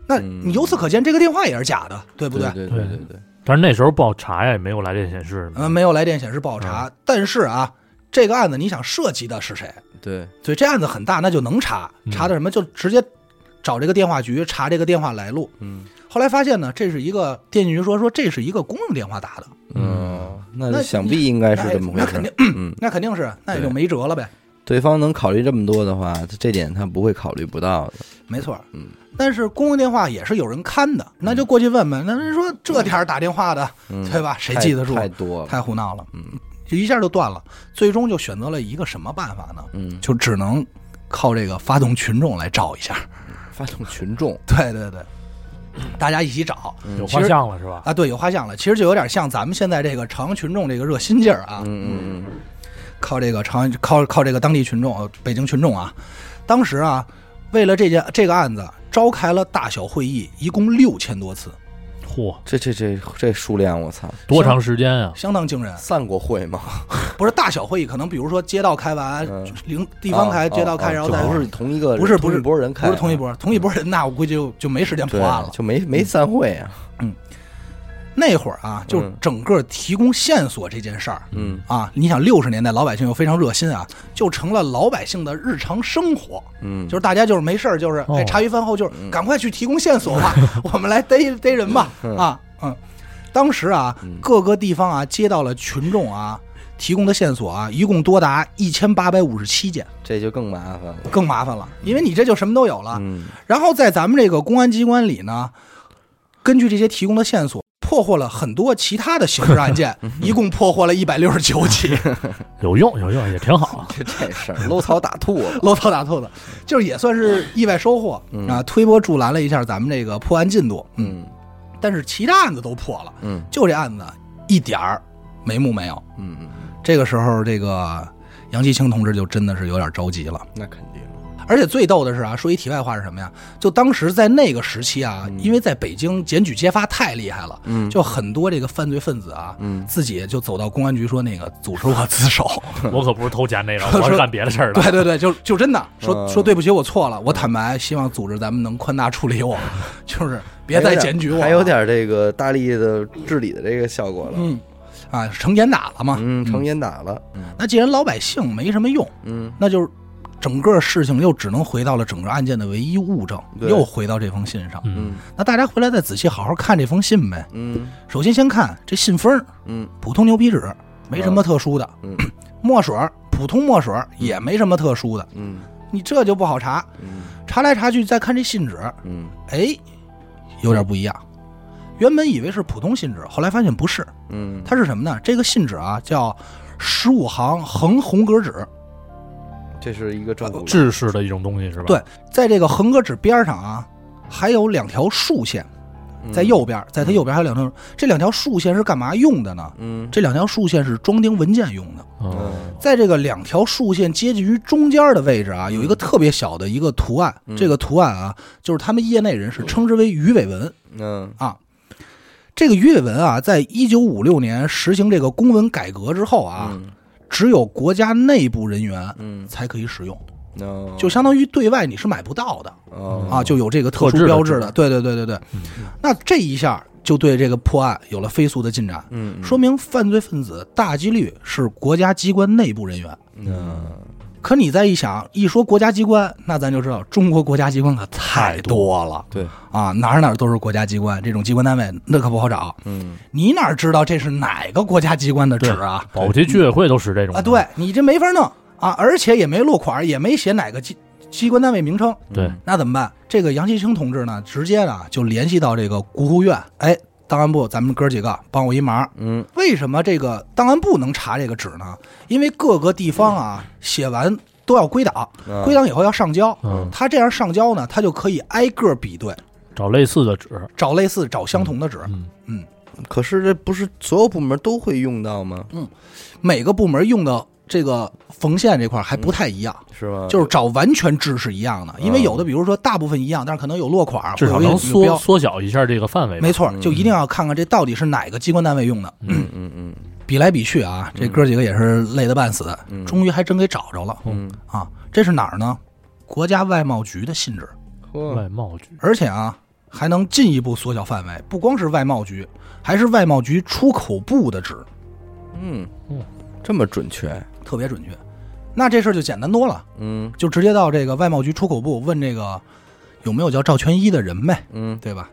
A: 那你由此可见，这个电话也是假的，对不
C: 嗯对对对
B: 对
C: 对对，
B: 但是那时候不好查呀，也没有来电显示，
A: 嗯，没有来电显示不好
C: 嗯
A: 查。但是啊，这个案子你想涉及的是谁？
C: 对，
A: 所以这案子很大，那就能查。
B: 嗯
A: 查的什么？就直接找这个电话局查这个电话来路。
C: 嗯
A: 后来发现呢，这是一个电信局说说这是一个公用电话打的，
C: 嗯，那
A: 那
C: 就想必应该是
A: 那
C: 这么回
A: 那
C: 事，
A: 肯定，
C: 嗯，
A: 那肯定是，那也就
C: 对
A: 没辙了呗。
C: 对方能考虑这么多的话，这点他不会考虑不到的，
A: 没错，
C: 嗯。
A: 但是公用电话也是有人看的，那就过去问问。那人说这点儿打电话的，
C: 嗯
A: 对吧？谁
C: 太
A: 记得住？
C: 太多了，
A: 太胡闹了，
C: 嗯，
A: 就一下就断了。最终就选择了一个什么办法呢？
C: 嗯，
A: 就只能靠这个发动群众来找一下。
C: 发动群众，
A: 对对对，大家一起找
B: 有
A: 其
B: 画
A: 实
B: 像了是吧？
A: 啊，对，有画像了。其实就有点像咱们现在这个朝阳群众这个热心劲儿啊，
C: 嗯嗯
A: 靠这个朝阳，靠靠这个当地群众，呃北京群众啊。当时啊，为了这件这个案子，召开了大小会议，一共六千多次，
B: 嚯，
C: 这这这这数量，我操！
B: 多长时间啊？
A: 相当惊人。
C: 散过会吗？
A: 不是大小会议，可能比如说街道开完
C: 嗯，啊
A: 领地方开，街
C: 哦
A: 道开，然后再
C: 不是同一个，
A: 不是不是
C: 一拨人开，啊
A: 不是同一，波，同一波人，那我估计就就没时间破
C: 对
A: 案了，。
C: 就没没散会啊。
A: 那会儿啊，就
C: 嗯
A: 整个提供线索这件事儿，
C: 嗯
A: 啊，你想六十年代老百姓又非常热心啊，就成了老百姓的日常生活。
C: 嗯，
A: 就是大家就是没事儿，就是
B: 哦
A: 哎，茶余饭后就是赶快去提供线索吧，我们来逮逮人吧啊，嗯，当时啊，各个地方啊接到了群众啊提供的线索啊，一共多达一千八百五十七件，
C: 这就更麻烦了。
A: 更麻烦了，因为你这就什么都有了。
C: 嗯
A: 然后在咱们这个公安机关里呢，根据这些提供的线索。破获了很多其他的刑事案件，一共破获了一百六十九起，
B: 有用有用，也
A: *laughs*
B: 挺好。
C: 这这事儿搂草打兔了。
A: 搂草打兔子，就是也算是意外收获、啊，推波助澜了一下咱们这个破案进度。嗯
C: 嗯
A: 但是其他案子都破了，
C: 嗯
A: 就这案子一点儿眉目没有。
C: 嗯，嗯，
A: 这个时候，这个杨继清同志就真的是有点着急了。
C: 那肯定。
A: 而且最逗的是啊，说一题外话是什么呀？就当时在那个时期啊，因为在北京检举揭发太厉害了，
C: 嗯
A: 就很多这个犯罪分子啊，
C: 嗯
A: 自己就走到公安局说那个组织我自首。
B: 我可不是偷钱那个，
A: 说
B: 我是干别的事儿的。
A: 对对对，就就真的说
C: 嗯
A: 说对不起，我错了，我坦白，希望组织咱们能宽大处理
C: *laughs*
A: 我，就是别再检举我了，
C: 还有点这个大力的治理的这个效果了。
A: 嗯啊，成严打了嘛。
C: 嗯，成烟打了。
A: 那既然老百姓没什么用，
C: 嗯
A: 那就是整个事情又只能回到了整个案件的唯一物证，
C: 对
A: 又回到这封信上。
B: 嗯，
A: 那大家回来再仔细好好看这封信呗。
C: 嗯
A: 首先先看这信封儿，
C: 嗯
A: 普通牛皮纸，没什么特殊的。
C: 嗯
A: *clears throat* 墨水儿普通墨水儿也没什么特殊的，
C: 嗯
A: 你这就不好查。
C: 嗯
A: 查来查去，再看这信纸，
C: 嗯
A: 哎，有点不一样。原本以为是普通信纸，后来发现不是，
C: 嗯，
A: 它是什么呢？这个信纸啊叫十五行横红格纸，
C: 这是一个政府
B: 制式的一种东西是吧？
A: 嗯对，在这个横格纸边上啊，还有两条竖线，
C: 嗯
A: 在右边，在它右边还有两条，这两条竖线是干嘛用的呢？
C: 嗯
A: 这两条竖线是装订文件用的。
B: 嗯，
C: 嗯
A: 在这个两条竖线接近于中间的位置啊，有一个特别小的一个图案，这个图案啊，就是他们业内人士称之为鱼尾纹
C: 嗯
A: 啊。这个鱼尾纹啊，在一九五六年实行这个公文改革之后啊，只有国家内部人员
C: 嗯，
A: 才可以使用，
C: 哦
A: 就相当于对外你是买不到的。
C: 哦
A: 啊，就有这个特
B: 特
A: 殊
B: 制的
A: 标志
B: 制
A: 的。对对对对对，那这一下就对这个破案有了飞速的进展，
C: 嗯
A: 说明犯罪分子大几率是国家机关内部人员。
C: 嗯
A: 可你再一想，一说国家机关，那咱就知道中国国家机关可太多了
C: 对
A: 啊，哪儿哪儿都是国家机关，这种机关单位那可不好找。
C: 嗯
A: 你哪知道这是哪个国家机关的纸啊？
B: 保洁居委会都使这种
A: 啊，对你这没法弄啊，而且也没落款，也没写哪个机机关单位名称。
B: 对，
A: 那怎么办？这个杨继清同志呢，直接呢就联系到这个国务院，哎，档案部，咱们哥几个帮我一忙。
C: 嗯
A: 为什么这个档案部能查这个纸呢？因为各个地方啊，写完都要归档，
C: 啊
A: 归档以后要上交。
B: 嗯
A: 他这样上交呢，他就可以挨个比对，
B: 找类似的纸，
A: 找类似、找相同的纸。
B: 嗯
C: 可是这不是所有部门都会用到吗？
A: 每个部门用的这个缝线这块还不太一样。
C: 是吗？
A: 就是找完全制是一样
C: 嗯
A: 的，因为有的比如说大部分一样，但是可能有落款，
B: 至少
A: 会有一
B: 能
A: 个有标
B: 缩缩小一下这个范围吧。
A: 没错，就一定要看看这到底是哪个机关单位用的。
C: 嗯嗯嗯
A: 比来比去啊，这哥几个也是累得半死，终于还真给找着了
C: 嗯，
A: 啊！这是哪儿呢？国家外贸局的信纸，
C: 嚯
B: 外贸局，
A: 而且啊，还能进一步缩小范围，不光是外贸局，还是外贸局出口部的纸，
C: 嗯
B: 嗯
C: 这么准确
A: 特别准确。那这事儿就简单多了，
C: 嗯
A: 就直接到这个外贸局出口部问这个有没有叫赵全一的人呗，
C: 嗯，
A: 对吧？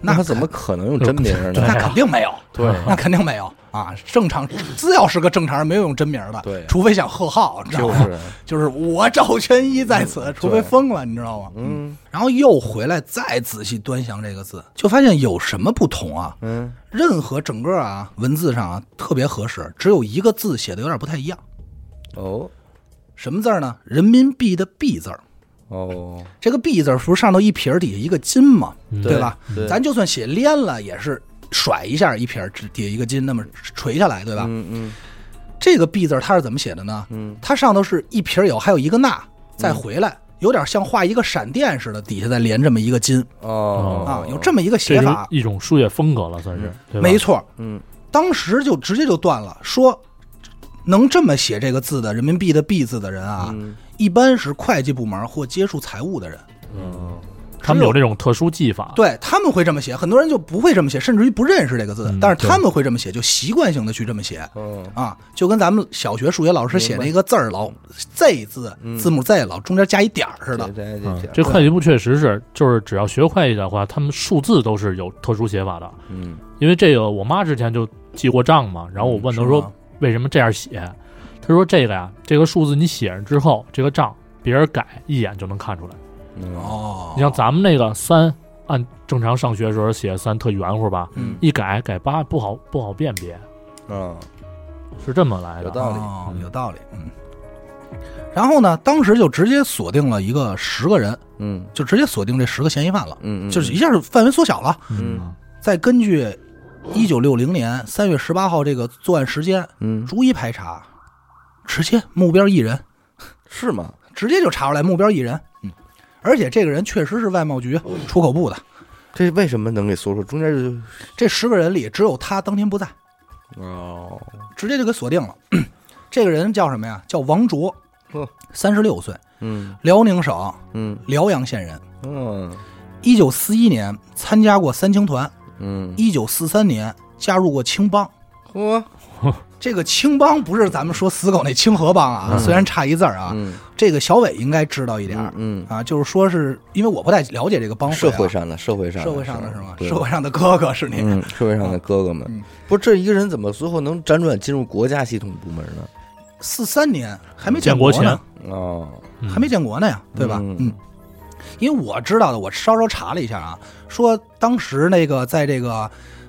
C: 那
A: 那
C: 他怎么可能用真名
B: 对
A: 那
C: 呢？
A: 肯定没有，
C: 对
A: 那肯定没有啊！正常，只要是个正常人，没有用真名的，
C: 对
A: 除非想贺号，你知道
C: *laughs* 就
A: 吗？
C: 是
A: 就是我赵全一在此，除非疯了，你知道吗？
C: 嗯
A: 然后又回来再仔细端详这个字，就发现有什么不同啊？
C: 嗯
A: 任何整个啊文字上啊特别合适，只有一个字写的有点不太一样。
C: 哦
A: 什么字儿呢？人民币的币字儿。
C: 哦
A: 这个币字儿不是上头一撇儿底下一个金吗？
B: 嗯
A: 对吧？
C: 对
A: 咱就算写连了，也是甩一下一撇儿底下一个金，那么垂下来，对吧？
C: 嗯嗯
A: 这个“币”字儿它是怎么写的呢？
C: 嗯，
A: 它上头是一撇儿有，还有一个捺，再回来，有点像画一个闪电似的，底下再连这么一个金
C: 哦
A: 啊，有这么一个
B: 这
A: 写
B: 是
A: 法，
B: 一种书业风格了，算是对吧
A: 没错。
C: 嗯
A: 当时就直接就断了，说能这么写这个字的人民币的“币”字的人啊，
C: 嗯
A: 一般是会计部门或接触财务的人。
C: 嗯
B: 他们有这种特殊技
C: 啊
B: 法，
A: 对他们会这么写，很多人就不会这么写，甚至于不认识这个字，
B: 嗯
A: 但是他们会这么写，就习惯性的去这么写
C: 嗯，
A: 啊，就跟咱们小学数学老师写
C: 明白
A: 那个字儿老 Z 字
C: 嗯
A: 字母 Z 老中间加一点儿似的，
C: 这这
B: 嗯
C: 这，
B: 这会计部确实是，就是只要学会计的话，他们数字都是有特殊写法的。
C: 嗯，
B: 因为这个，我妈之前就记过账嘛，然后我问
A: 嗯是
B: 她
A: 吗
B: 说为什么这样写，她说这个呀，这个数字你写上之后，这个账别人改一眼就能看出来。
C: 嗯
A: 哦，
B: 你像咱们那个三，按正常上学的时候写三特圆乎吧，
A: 嗯
B: 一改改八不好不好辨别，
C: 嗯，
B: 是这么来
C: 有
B: 的。
C: 道理
A: 哦
B: 嗯
A: 有道理，嗯。然后呢，当时就直接锁定了一个十个人，
C: 嗯
A: 就直接锁定这十个嫌疑犯了，
C: 嗯，
A: 就是一下就范围缩小了。
C: 嗯
A: 再根据一九六零年三月十八号这个作案时间
C: 嗯
A: 逐一排查，直接目标一人，
C: 是吗？
A: 直接就查出来目标一人。嗯，而且这个人确实是外贸局出口部的。
C: 这为什么能给说说？中间就
A: 这十个人里只有他当天不在，
C: 哦，
A: 直接就给锁定了。这个人叫什么呀？叫王卓
C: 呵，
A: 三十六岁，
C: 嗯
A: 辽宁省
C: 嗯
A: 辽阳县人。
C: 嗯
A: 一九四一年参加过三青团，
C: 嗯，
A: 一九四三年加入过青帮。哦
C: 嚯，
A: 这个青帮不是咱们说死狗那清河帮啊，虽然差一字儿啊，
C: 嗯
A: 这个小伟应该知道一点儿、
C: 嗯，
A: 啊，就是说是因为我不太了解这个帮会、啊，
C: 社会上的社会上
A: 社会上的是吗？
C: 对
A: 社会上的哥哥是你，
C: 嗯，社会上的哥哥
A: 嗯
C: 们，不是这一个人怎么最后能辗转进入国家系统部门呢？
A: 四三年还没
B: 建
A: 国
B: 国
A: 呢，
C: 哦，
B: 嗯
A: 还没建国呢呀，对吧？
C: 嗯
A: 嗯，因为我知道的，我稍稍查了一下啊，说当时那个在这个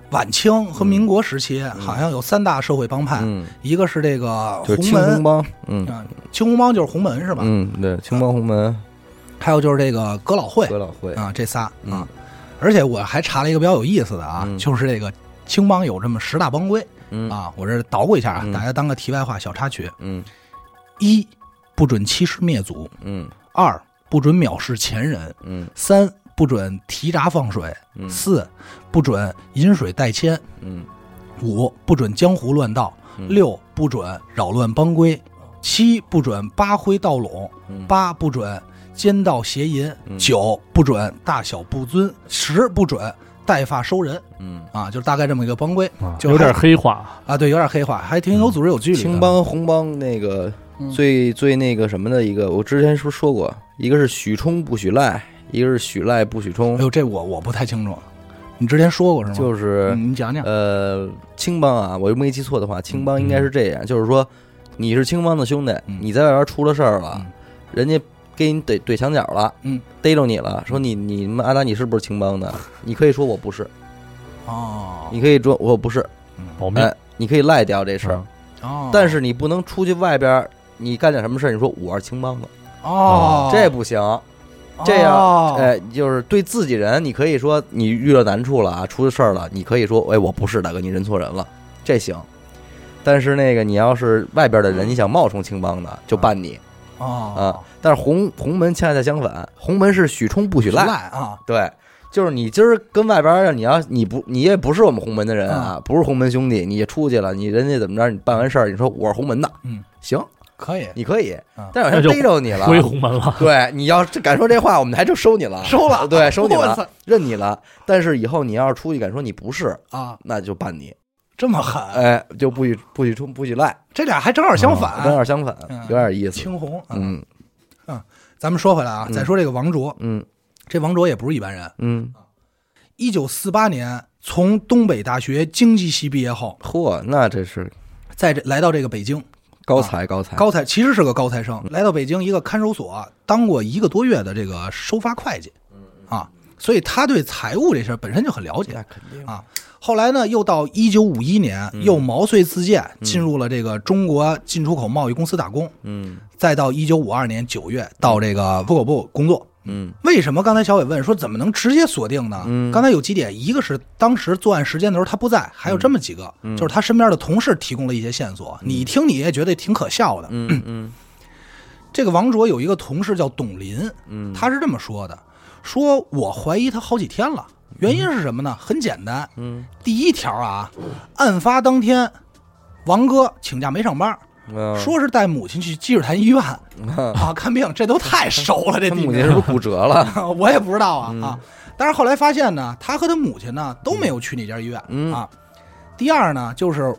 A: 晚清和民国时期，好像有三大社会帮派，
C: 嗯，
A: 一个是这个
C: 就是
A: 红
C: 青红
A: 门
C: 帮，嗯
A: 啊，青红帮就是红门是吧？
C: 嗯，对，青帮红门
A: 还有就是这个哥老会
C: 哥老会，
A: 啊，这仨啊，
C: 嗯
A: 而且我还查了一个比较有意思的啊，
C: 嗯
A: 就是这个青帮有这么十大帮规、
C: 嗯
A: 啊，我这捣鼓一下啊，
C: 嗯
A: 大家当个题外话小插曲：
C: 嗯
A: 一不准欺师灭祖，
C: 嗯
A: 二不准藐视前人，
C: 嗯
A: 三不准提闸放水，
C: 嗯
A: 四不准饮水代铅，
C: 嗯
A: 五不准江湖乱盗，
C: 嗯
A: 六不准扰乱帮规，七不准扒灰盗垄，
C: 嗯
A: 八不准奸盗邪淫，
C: 嗯
A: 九不准大小不尊，十不准带发收人
C: 嗯，
A: 啊，就是大概这么一个帮规
B: 啊，
A: 就
B: 有点
A: 还
B: 黑化，
A: 啊，对，有点黑化，还挺有组织有纪律的。
C: 嗯青帮红帮那个
A: 嗯
C: 最最那个什么的一个，我之前是不是说过，一个是许冲不许赖，一个是许赖不许
A: 哎
C: 冲，
A: 呦，这我我不太清楚，你之前说过是吗？嗯
C: 就是是
A: 你讲讲，
C: 呃，青帮啊，我又没记错的话，青帮应该是这样，就是说你是青帮的兄弟，
A: 嗯
C: 你在外边出了事儿了，
A: 嗯
C: 人家给你怼怼墙角了，
A: 嗯，
C: 逮着你了，说你你们阿达你是不是青
A: *laughs*
C: 帮的？你可以说我不是，
A: 哦嗯
C: 你可以说我不是，
B: 保命
C: 哎，你可以赖掉这事儿，
B: 嗯
A: 哦，
C: 但是你不能出去外边。你干点什么事儿？你说我是青帮的，
A: 哦，
C: 这不行。这
A: 哦
C: 样，哎，就是对自己人，你可以说你遇到难处了啊，出事儿了，你可以说，哎，我不是大哥，你认错人了，这行。但是那个你要是外边的人，你想冒充青帮的，就办你啊
A: 哦。，
C: 但是红红门恰恰相反，红门是许冲不许
A: 许
C: 赖，
A: 赖啊，
C: 对。就是你今儿跟外边儿，你要你不你也不是我们红门的人啊，不是红门兄弟，你也出去了，你人家怎么着？你办完事儿，你说我是红门的，
A: 嗯，
C: 行，
A: 可以
C: 你可以
A: 啊。
C: 但是要
B: 那就
C: 逮着你了，
B: 回红门
C: *laughs*
B: 了。
C: 对，你要是敢说这话，我们还就收你了，
A: 收了
C: 对，收你
A: 我操
C: 了，认你了。但是以后你要是出去敢说你不是，
A: 啊，
C: 那就办你，
A: 这么狠，
C: 哎，就不许不许冲，不许赖，
A: 这俩还正好相
C: 有
A: 反，
C: 点相反
A: 嗯，
C: 有点意思。
A: 青红，啊
C: 哦嗯
A: 咱们说回来啊，
C: 嗯
A: 再说这个王卓，
C: 嗯
A: 这王卓也不是一般人。
C: 嗯，
A: 一九四八年从东北大学经济系毕业后，
C: 嚯，那这是
A: 在这来到这个北京，
C: 高才高才，
A: 高材其实是个高材生，来到北京一个看守所当过一个多月的这个收发会计，
C: 嗯
A: 啊，所以他对财务这事儿本身就很了
C: 那
A: 解。
C: 肯定
A: 啊，后来呢，又到一九五一年，
C: 嗯
A: 又毛遂自荐进入了这个中国进出口贸易公司打工，
C: 嗯
A: 再到一九五二年九月到这个出口部工作。
C: 嗯
A: 为什么刚才小伟问说怎么能直接锁定呢？
C: 嗯
A: 刚才有几点，一个是当时作案时间的时候他不在，还有这么几个，就是他身边的同事提供了一些线索，你听你也觉得挺可笑的。
C: 嗯嗯
A: 这个王卓有一个同事叫董林，
C: 嗯
A: 他是这么说的：说我怀疑他好几天了，原因是什么呢？很简单，
C: 嗯
A: 第一条啊，案发当天，王哥请假没上班，
C: 嗯
A: 说是带母亲去积水潭医院啊看病，这都太熟了，这
C: 他
A: 地
C: 母
A: 名
C: 亲是不是骨折了？
A: *laughs* 我也不知道啊、
C: 嗯
A: 啊！但是后来发现呢，他和他母亲呢都没有去那家医院、
C: 嗯
A: 啊。第二呢，就是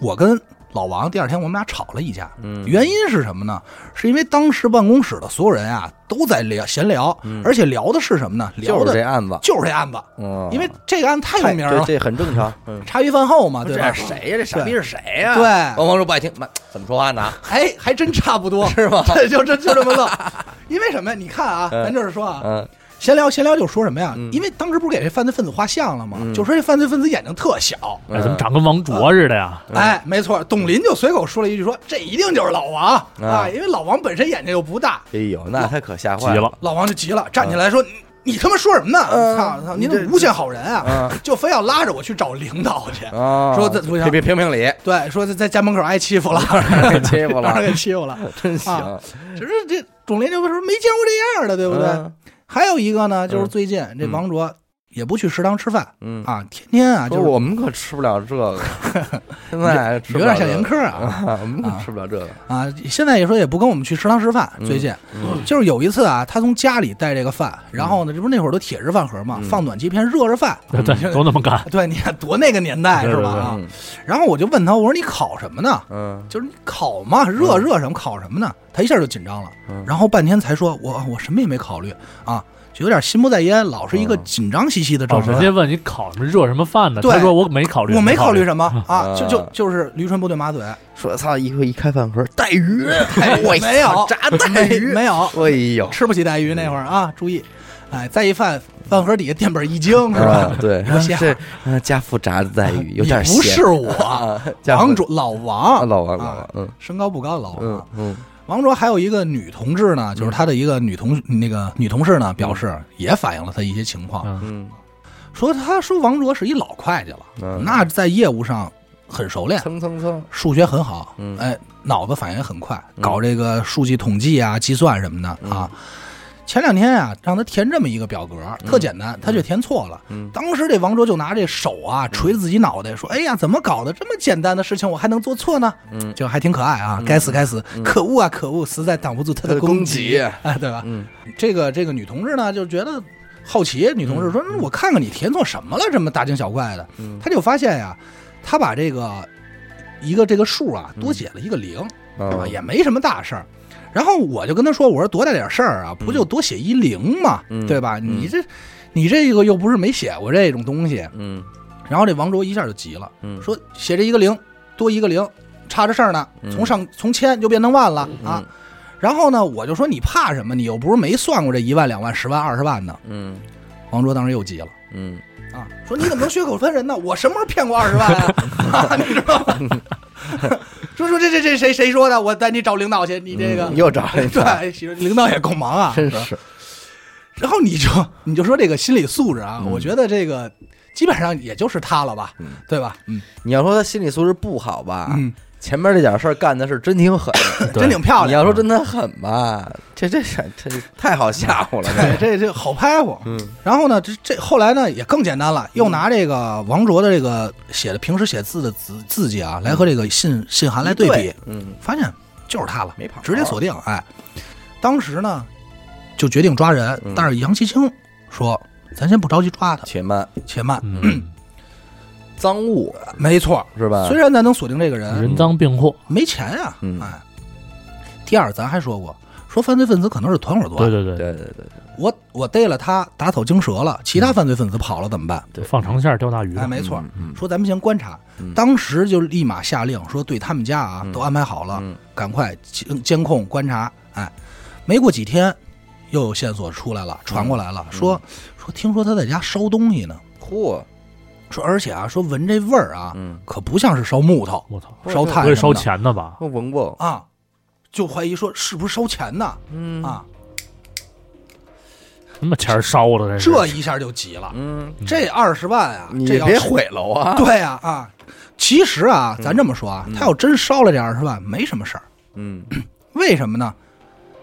A: 我跟老王第二天我们俩吵了一架，
C: 嗯
A: 原因是什么呢？是因为当时办公室的所有人啊都在聊闲聊，而且聊的是什么呢？聊
C: 嗯就是
A: 的
C: 这案子，
A: 就是这案子，
C: 嗯，
A: 因为这个案子太有名
C: 这
A: 了，
C: 这很正常。嗯，
A: 茶余饭后嘛，对吧？
C: 谁呀？这傻逼是谁呀？
A: 对
C: 王王说不爱听，妈怎么说话呢？
A: 哎，还真差不多，
C: *laughs* 是吗？
A: *laughs* 对，就这就这么弄。 *laughs* 因为什么呀？你看啊，
C: 嗯
A: 咱就是说啊，
C: 嗯，
A: 闲聊闲聊就说什么呀？
C: 嗯
A: 因为当时不是给这犯罪分子画像了吗？
C: 嗯
A: 就说这犯罪分子眼睛特小。
B: 哎，怎么长跟王卓似的呀？
A: 哎，没错，董林就随口说了一句说：“这一定就是老王
C: 啊
A: 啊，因为老王本身眼睛又不大。
C: 哎呦，那他可吓
B: 急
C: 坏。
B: 了，”
A: 老王就急了，站起来说：“你你他妈说什么呢？
C: 嗯
A: 操操，你
C: 你这
A: 怎么诬陷好人啊
C: 嗯？
A: 就非要拉着我去找领导去，
C: 啊！
A: 说这不行
C: 别评评理，
A: 对，说在在家门口挨欺负
C: *laughs*
A: 了，
C: 欺
A: *laughs*
C: 负
A: 让人
C: 了，
A: 给欺负了。
C: 真行。
A: 啊只是这董林就说没见过这样的，对不对？
C: 嗯
A: 还有一个呢，就是最近、这
C: 嗯
A: 王卓也不去食堂吃饭、
C: 嗯，
A: 啊，天天啊
C: 说
A: 就是
C: 我们可吃不了这 *laughs* 个，现在吃
A: 有
C: 不了
A: 点像
C: 这个
A: 严苛啊
C: *laughs* 啊，我们可吃不了这个。
A: 啊！现在也说也不跟我们去食堂吃饭，
C: 嗯
A: 最近、就是有一次啊，他从家里带这个饭，然后呢，这不是那会儿都铁制饭盒嘛，
C: 嗯
A: 放暖气片热着
C: *laughs*
A: 饭。
B: 对 *laughs* 对，都那么干，
A: 对，你看多那个年代
B: 对
A: 是
B: 对
A: 吧？
B: 对
A: 啊
C: 嗯，
A: 然后我就问他，我说你烤什么呢？
C: 嗯，
A: 就是你烤嘛，热热什么烤什么呢？他一下就紧张了，
C: 嗯
A: 然后半天才说，我我什么也没考虑啊，就有点心不在焉，老是一个
C: 嗯
A: 紧张兮兮的
B: 哦，
A: 状态。
B: 人家问你烤什么热什么饭呢？
A: 对
B: 他说我没考虑，
A: 我没
B: 考
A: 考虑，什么啊，
C: 嗯
A: 就就就是驴唇不对马
C: *laughs*
A: 嘴，
C: 说操，一会一开饭盒，带鱼，哎我
A: 没有
C: 操炸带
A: 没
C: 鱼，嗯
A: 没有
C: 哎呦，
A: 吃不起带鱼那会儿啊，注意，哎，再一饭饭盒底下垫本一惊是吧
C: 啊，？对，
A: 我想
C: 是啊，家父炸的带鱼有点
A: 也不
C: 咸
A: 是
C: *laughs*
A: 我，
C: 家父
A: 王卓老
C: 啊，
A: 王，
C: 老王，老
A: 啊
C: 王，嗯
A: 身高不高，老王
C: 嗯。嗯，
A: 王卓还有一个女同志呢，就是他的一个女同那个女同事呢，表示也反映了他一些情况，
B: 嗯，
C: 嗯，
A: 说他说王卓是一老会计了，
C: 嗯
A: 那在业务上很熟练，
C: 蹭蹭蹭，
A: 数学很好，
C: 嗯
A: 哎，脑子反应很快，搞这个数据统计啊、计算什么的
C: 嗯
A: 啊。前两天啊，让他填这么一个表格，特简单，他却填错了。
C: 嗯
A: 当时这王卓就拿这手啊捶自己脑袋，说：“哎呀，怎么搞的？这么简单的事情我还能做错呢？”
C: 嗯
A: 就还挺可爱啊！该死，该死！可恶啊，可恶！实在挡不住他的攻击，
C: 他的
A: *laughs* 哎，对吧？
C: 嗯
A: 这个这个女同志呢，就觉得好奇，女同志说：“嗯那我看看你填错什么了，这么大惊小怪的。
C: 嗯
A: 她就发现呀，她把这个一个这个数啊
C: 嗯
A: 多写了一个零，啊、
C: 啊
A: 也没什么大事儿。然后我就跟她说：“我说多大点事儿啊，不就多写一零嘛，
C: 嗯
A: 对吧？
C: 嗯
A: 你这你这个又不是没写过这种东西。
C: 嗯”
A: 然后这王卓一下就急了，
C: 嗯，
A: 说：“写这一个零，多一个零，差着事儿呢，
C: 嗯
A: 从上从千就变成万了啊。”然后呢，我就说你怕什么？你又不是没算过这一万、两万、十万、二十万呢。
C: 嗯
A: 王卓当时又急了
C: 嗯
A: 啊，说你怎么能血口喷人呢？我什么时候骗过二十万啊？
C: *laughs*
A: 啊 *laughs* 你知道吗？说说这这这谁谁说的？我带你找领导去，你这个、
C: 嗯又找 *laughs* 了一个，
A: 对，其实领导也够忙啊，
C: 真
A: 吧。
C: *laughs* 是，
A: 然后你就你就说这个心理素质啊，我觉得这个基本上也就是他了吧，对吧？嗯，
C: 你要说他心理素质不好吧，
A: 嗯
C: 前面这点事儿干的是真挺狠，
B: 对
A: 真挺漂
C: 你
A: 亮。
C: 嗯要说真的狠吧，这这这这太好吓唬 *laughs* 了，
A: 对，这这好拍乎。
C: 嗯
A: 然后呢，这这后来呢也更简单了，又拿这个王卓的这个写的平时写字的字字迹啊，来和这个信信函来对比，
C: 嗯
A: 发现就是他了，
C: 没跑
A: 直接锁定。哎，当时呢就决定抓人
C: 嗯，
A: 但是杨奇清说：“咱先不着急抓他，
C: 且慢，
A: 且慢。
B: 嗯，
C: 赃物”
A: 没错，
C: 是吧？
A: 虽然咱能锁定这个人，
B: 嗯人赃并获，
A: 没钱呀
C: 嗯，
A: 哎。第二，咱还说过，说犯罪分子可能是团伙作
B: 对
A: 案，
B: 对对，
C: 对对对，
A: 我我逮了他，打草惊蛇了，其他犯罪分子跑了怎么办？
C: 对
B: 放长线儿钓大鱼
A: 哎，，没错，
C: 嗯
A: 说咱们先观察
C: 嗯，
A: 当时就立马下令说对他们家啊
C: 嗯
A: 都安排好了，
C: 嗯
A: 赶快监监控观察。哎，没过几天，又有线索出来
C: 嗯
A: 了，传过来了，说说听说他在家烧东西呢，
C: 嚯，
A: 说而且啊说闻这味儿啊，
C: 嗯，
A: 可不像是烧木头、
B: 我操，
A: 烧
B: 不
A: 炭什么
B: 会
A: 的、
B: 烧钱的吧？
C: 我闻过，
A: 啊，就怀疑说是不是烧钱呢？
C: 嗯
A: 啊，
B: 那么钱儿烧的，这是
A: 这一下就急了，
C: 嗯，
A: 这二十万啊，
C: 你
A: 这要
C: 别
A: 是
C: 毁了我啊，嗯
A: 对呀啊其实啊，咱这么说啊，他要真烧了这二十万，没什么事儿。
C: 嗯
A: 为什么呢？